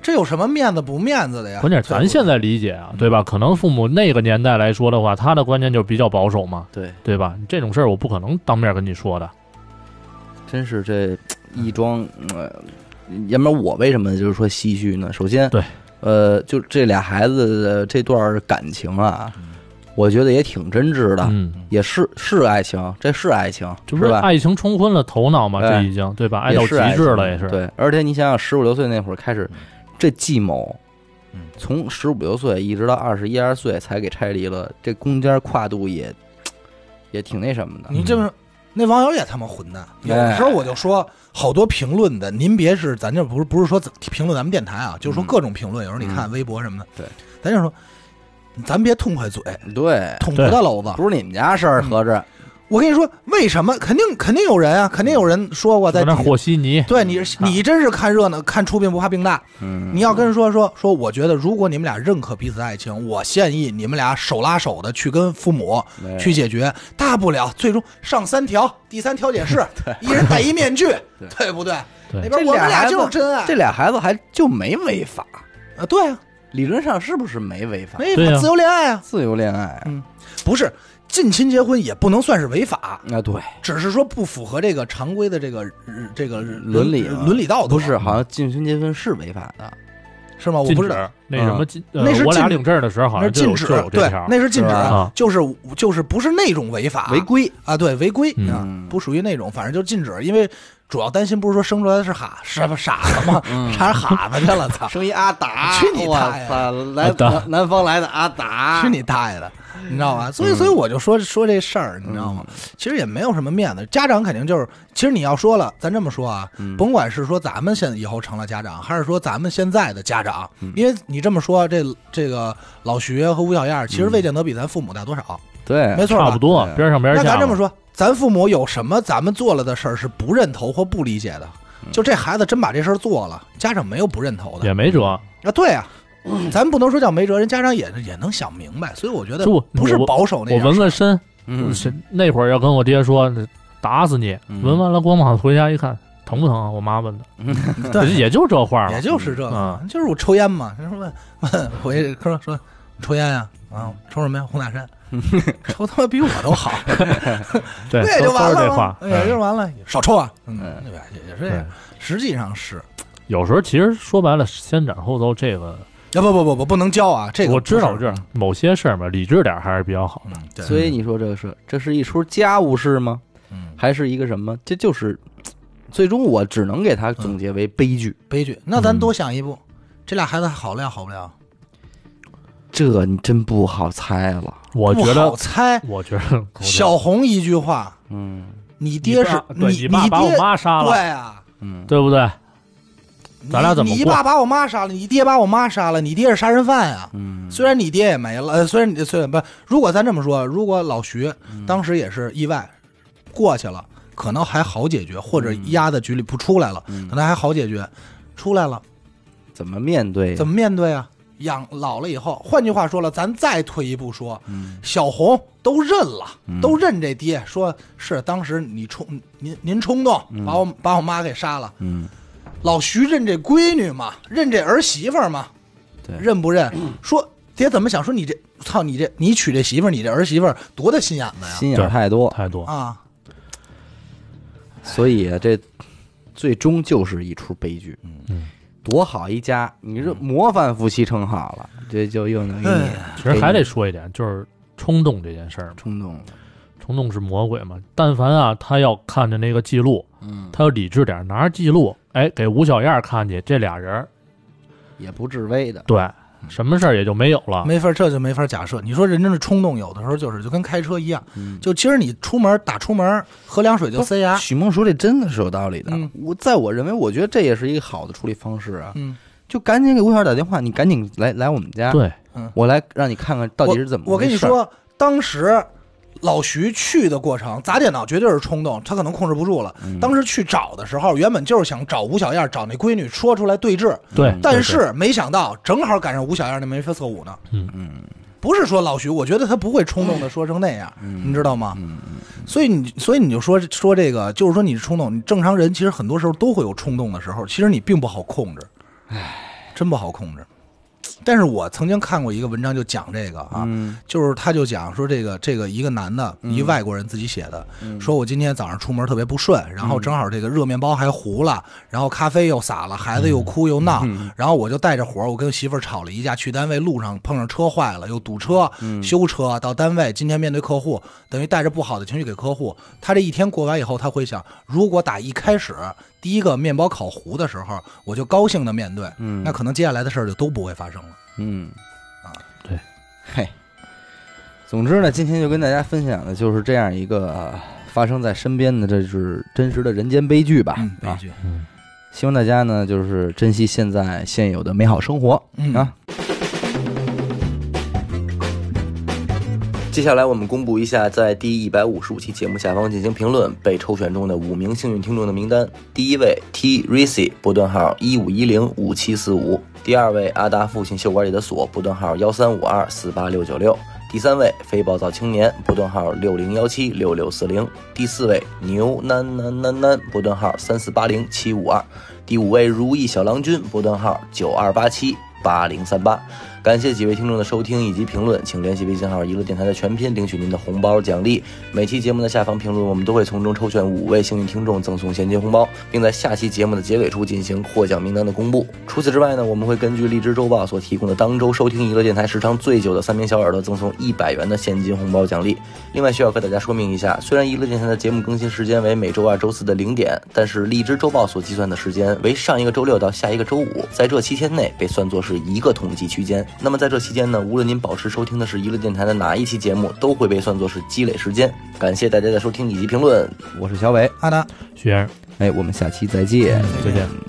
Speaker 2: 这有什么面子不面子的呀？
Speaker 3: 关键是咱现
Speaker 2: 在
Speaker 3: 在理解啊，
Speaker 2: 嗯
Speaker 3: 对吧？可能父母那个年代来说的话，他的观念就比较保守嘛，
Speaker 1: 对，
Speaker 3: 对吧？这种事儿我不可能当面跟你说的。
Speaker 1: 真是这一桩，呃，要不然我为什么就是说唏嘘呢？首先，
Speaker 3: 对，
Speaker 1: 呃，就这俩孩子的这段感情啊，我觉得也挺真挚的，
Speaker 3: 嗯，
Speaker 1: 也是是爱情，这是爱情，
Speaker 3: 这不
Speaker 1: 是
Speaker 3: 是
Speaker 1: 吧？
Speaker 3: 爱情冲昏了头脑嘛？
Speaker 1: 哎
Speaker 3: 这已经对吧？爱到
Speaker 1: 也
Speaker 3: 极
Speaker 1: 是嗯爱
Speaker 3: 致
Speaker 1: 情
Speaker 3: 了，也是。
Speaker 1: 对，而且你想想，十五六岁那会儿开始，这计谋
Speaker 2: 嗯。
Speaker 1: 从十五六岁一直到二十一二岁才给拆离了，这中间跨度也也挺那什么的。
Speaker 2: 你这么。那网友也他妈混蛋，有
Speaker 1: 哎
Speaker 2: 的时候我就说，好多评论的，您别是咱这不是不是说评论咱们电台啊，就是说各种评论，有时候你看微博什么的，
Speaker 1: 嗯对，哎
Speaker 2: 咱就说，咱别痛快嘴，
Speaker 1: 对，
Speaker 2: 捅不
Speaker 3: 对
Speaker 2: 到娄子。
Speaker 1: 不是你们家事儿，合着
Speaker 2: 我跟你说，为什么？肯定肯定有人啊，肯定有人说过在
Speaker 3: 在那
Speaker 2: 底
Speaker 3: 和稀泥，
Speaker 2: 对你是，你真是看热闹，看出病不怕病大。
Speaker 1: 嗯，
Speaker 2: 你要跟人说说说，我觉得如果你们俩认可彼此的爱情，我建议你们俩手拉手的去跟父母
Speaker 1: 对
Speaker 2: 去解决，大不了最终上三条，第三调解室，一人戴一面具，对不对？
Speaker 3: 对
Speaker 2: 那边
Speaker 1: 这
Speaker 2: 我们俩
Speaker 1: 孩
Speaker 2: 就是
Speaker 1: 子
Speaker 2: 真爱
Speaker 1: 这俩孩子还就没违法，
Speaker 2: 啊，对啊，
Speaker 1: 理论上是不是没违法？
Speaker 2: 没
Speaker 3: 对啊
Speaker 2: 自由恋爱啊，
Speaker 1: 自由恋爱啊，
Speaker 2: 不是近亲结婚也不能算是违法，
Speaker 1: 啊对，
Speaker 2: 只是说不符合这个常规的这个呃这个
Speaker 1: 伦理啊
Speaker 2: 伦理道德，
Speaker 1: 不是，好像近亲结婚是违法的，
Speaker 2: 是吗？我
Speaker 3: 禁
Speaker 2: 不知
Speaker 3: 止
Speaker 2: 道，嗯
Speaker 3: 那什么禁，呃
Speaker 2: 那是
Speaker 3: 我俩
Speaker 2: 禁
Speaker 3: 领证的时候好
Speaker 2: 那是
Speaker 3: 像就
Speaker 2: 禁
Speaker 3: 有
Speaker 2: 止，
Speaker 3: 就有这
Speaker 2: 对
Speaker 3: 条，。
Speaker 2: 那是禁止
Speaker 1: 是吧
Speaker 3: 啊，
Speaker 2: 就是就是不是那种违法
Speaker 1: 违规。
Speaker 2: 啊，对违规
Speaker 3: 嗯
Speaker 2: 啊，不属于那种，反正就是禁止，因为主要担心不是说生出来的是哈是不傻子吗？
Speaker 1: 嗯
Speaker 2: 差点哈子去了，操！
Speaker 1: 生一阿达，
Speaker 2: 去你
Speaker 1: 我
Speaker 2: 大爷
Speaker 1: 操！来
Speaker 3: 达
Speaker 1: 南南方来的阿达，
Speaker 3: 啊
Speaker 2: 去你大爷的！你知道吧？所以，
Speaker 3: 嗯
Speaker 2: 所以我就说说这事儿，你知道吗？其实也没有什么面子，家长肯定就是，其实你要说了，咱这么说啊，
Speaker 3: 嗯
Speaker 2: 甭管是说咱们现在以后成了家长，还是说咱们现在的家长，
Speaker 3: 嗯
Speaker 2: 因为你这么说，这这个老徐和吴小燕儿，其实未见得比咱父母大多少，
Speaker 1: 对，
Speaker 2: 没错吧，
Speaker 3: 嗯哎差不多
Speaker 1: 对
Speaker 3: 边上边
Speaker 2: 那
Speaker 3: 下。
Speaker 2: 咱这么，说，咱父母有什么咱们做了的事儿是不认头或不理解的？就这孩子真把这事儿做了，家长没有不认头的
Speaker 3: 嗯也没辙。
Speaker 2: 啊？对啊，咱不能说叫没辙，人家长也也能想明白。所以我觉得
Speaker 3: 就我
Speaker 2: 不是
Speaker 3: 嗯我
Speaker 2: 保守那
Speaker 3: 我
Speaker 2: 样
Speaker 3: 纹个身，
Speaker 1: 嗯
Speaker 3: 是那会儿要跟我爹说打死你，
Speaker 1: 嗯
Speaker 3: 纹完了光膀子回家一看疼不疼啊？我妈问的，
Speaker 2: 对
Speaker 3: 也就这话
Speaker 2: 也
Speaker 3: 了。
Speaker 2: 就是这个
Speaker 3: 嗯，
Speaker 2: 就是我抽烟嘛。他说问问我一说说你抽烟呀？啊，抽什么呀？红塔 山，抽他妈比我都 好，
Speaker 3: 对，
Speaker 2: 不也
Speaker 3: 都
Speaker 2: 就完
Speaker 3: 都是
Speaker 2: 了
Speaker 3: 这
Speaker 2: 吗
Speaker 3: 话？。
Speaker 2: 也
Speaker 3: 嗯
Speaker 2: 就完了，少抽啊。嗯
Speaker 1: 嗯，
Speaker 2: 对吧？也是这
Speaker 3: 对
Speaker 2: 样。，实际上是，
Speaker 3: 有时候其实说白了，先斩后奏这个，
Speaker 2: 啊不不不不，不能教啊。这个
Speaker 3: 我知
Speaker 2: 不
Speaker 3: 道，我
Speaker 2: 是
Speaker 3: 知道，某些事儿嘛，理智点儿还是比较好。
Speaker 2: 嗯，对。
Speaker 1: 所以你说这是这是一出家务事吗？
Speaker 2: 嗯
Speaker 1: 还是一个什么？这就是，最终我只能给他总结为悲剧。
Speaker 2: 悲剧。那咱
Speaker 3: 嗯
Speaker 2: 多想一步，这俩孩子好了呀，好不了？
Speaker 1: 这你真不好猜了。
Speaker 3: 我觉
Speaker 2: 不好
Speaker 3: 得，
Speaker 2: 猜。
Speaker 3: 我觉得
Speaker 2: 小红一句话，
Speaker 1: 嗯
Speaker 2: 你爹是你
Speaker 3: 你爸对爸
Speaker 2: 爹
Speaker 3: 把我妈杀了，
Speaker 2: 对啊，
Speaker 1: 嗯，
Speaker 3: 对不对？
Speaker 2: 你
Speaker 3: 咱俩怎么
Speaker 2: 你
Speaker 3: 过
Speaker 2: 爸把我妈杀了，你爹把我妈杀了，你爹是杀人犯啊。
Speaker 1: 嗯
Speaker 2: 虽然你爹也没了，呃，虽然你虽然不，如果咱这么说，如果老徐
Speaker 3: 嗯
Speaker 2: 当时也是意外过去了，可能还好解决，或者
Speaker 3: 嗯
Speaker 2: 压在局里不出来了，可能还好解决。出来了
Speaker 1: 怎么面对？
Speaker 2: 怎
Speaker 1: 么
Speaker 2: 么面对啊？养老了以后，换句话说了，咱再退一步说，小红都认了，
Speaker 3: 嗯
Speaker 2: 都认这爹，说是当时你冲您您冲动
Speaker 3: 嗯
Speaker 2: 把我、把我妈给杀了。
Speaker 1: 嗯
Speaker 2: 老徐认这闺女嘛，认这儿媳妇儿嘛，
Speaker 1: 对
Speaker 2: 认不认？说爹怎么想？说你这操你这你娶这媳妇儿，你这儿媳妇儿多大心眼子呀？
Speaker 1: 心眼儿
Speaker 3: 对
Speaker 1: 太多，
Speaker 3: 太多，
Speaker 2: 啊，
Speaker 1: 所以啊这最终就是一出悲剧。
Speaker 3: 嗯，
Speaker 1: 多好一家，你这模范夫妻称好了，这就又能给你
Speaker 2: 哎
Speaker 3: 其实还得说一点，就是冲动这件事儿嘛，
Speaker 1: 冲动了。
Speaker 3: 冲动是魔鬼嘛。但凡啊，他要看着那个记录，
Speaker 1: 嗯，
Speaker 3: 他要理智点儿，拿着记录，哎，给吴小燕儿看去，这俩人儿
Speaker 1: 也不至微的。
Speaker 3: 对什么事儿也就没有
Speaker 1: 啊
Speaker 3: 了。
Speaker 2: 没法，这就没法假设。你说人真的冲动，有的时候就是就跟开车一样，
Speaker 1: 嗯
Speaker 2: 就今儿你出门打出门喝凉水就
Speaker 1: 不
Speaker 2: 塞牙，
Speaker 1: 许梦说这真的是有道理的。
Speaker 2: 啊嗯
Speaker 1: 我在我认为，我觉得这也是一个好的处理方式啊。
Speaker 2: 嗯。
Speaker 1: 就赶紧给吴小燕打电话，你赶紧来来我们家，
Speaker 3: 对，
Speaker 1: 我来让你看看到底是怎么
Speaker 2: 我。我跟你
Speaker 1: 回事儿，
Speaker 2: 说，当时老徐去的过程砸电脑绝对是冲动，他可能控制不住了。
Speaker 1: 嗯
Speaker 2: 当时去找的时候，原本就是想找吴小燕，找那闺女说出来对峙，
Speaker 3: 对，
Speaker 2: 嗯但
Speaker 3: 嗯对对
Speaker 2: 是没想到正好赶上吴小燕那眉飞色舞呢。
Speaker 3: 嗯
Speaker 2: 嗯。不是说老徐，我觉得他不会冲动的说成那样，你知道吗？所以你，所以你就说说这个，就是说你是冲动，你正常人其实很多时候都会有冲动的时候，其实你并不好控制，唉，真不好控制。但是我曾经看过一个文章，就讲这个啊，就是他就讲说这个这个一个男的，一外国人自己写的，说我今天早上出门特别不顺，然后正好这个热面包还糊了，然后咖啡又洒了，孩子又哭又闹，然后我就带着火，我跟媳妇儿吵了一架，去单位路上碰上车坏了，又堵车，修车到单位，今天面对客户，等于带着不好的情绪给客户。他这一天过完以后，他会想，如果打一开始第一个面包烤糊的时候，我就高兴的面对，
Speaker 1: 嗯
Speaker 2: 那可能接下来的事儿就都不会发生了。
Speaker 1: 嗯
Speaker 2: 啊，
Speaker 3: 对，
Speaker 1: 嘿。总之呢，今天就跟大家分享的就是这样一个、呃发生在身边的，这是真实的人间悲剧吧？
Speaker 2: 嗯，悲
Speaker 1: 啊，
Speaker 2: 剧。
Speaker 1: 希望大家呢就是珍惜现在现有的美好生活、
Speaker 2: 嗯
Speaker 1: 啊。
Speaker 5: 接下来我们公布一下在第一百五十五期节目下方进行评论被抽选中的五名幸运听众的名单。第一位 T Racy 波段号一五一零五七四五，第二位阿达父亲袖管里的锁波段号幺三五二四八六九六，第三位非暴躁青年波段号六零幺七六六四零，第四位牛囡囡囡囡波段号三四八零七五二，第五位如意小郎君波段号九二八七八零三八。感谢几位听众的收听以及评论，请联系微信号“一路电台”的全拼领取您的红包奖励。每期节目的下方评论，我们都会从中抽选五位幸运听众赠送现金红包，并在下期节目的结尾处进行获奖名单的公布。除此之外呢，我们会根据荔枝周报所提供的当周收听娱乐电台时长最久的三名小耳朵赠送一百元的现金红包奖励。另外需要和大家说明一下，虽然娱乐电台的节目更新时间为每周二、周四的零点，但是荔枝周报所计算的时间为上一个周六到下一个周五，在这期间内被算作是一个统计区间。
Speaker 1: 那么在这期间呢，无论您保持收听的是娱乐电台的哪一期节目，都会被算作是积累时间。感谢大家的收听以及评论，
Speaker 2: 我是小伟，
Speaker 6: 阿达。
Speaker 3: 徐先生，
Speaker 2: 哎，我们下期再见。
Speaker 3: 再见。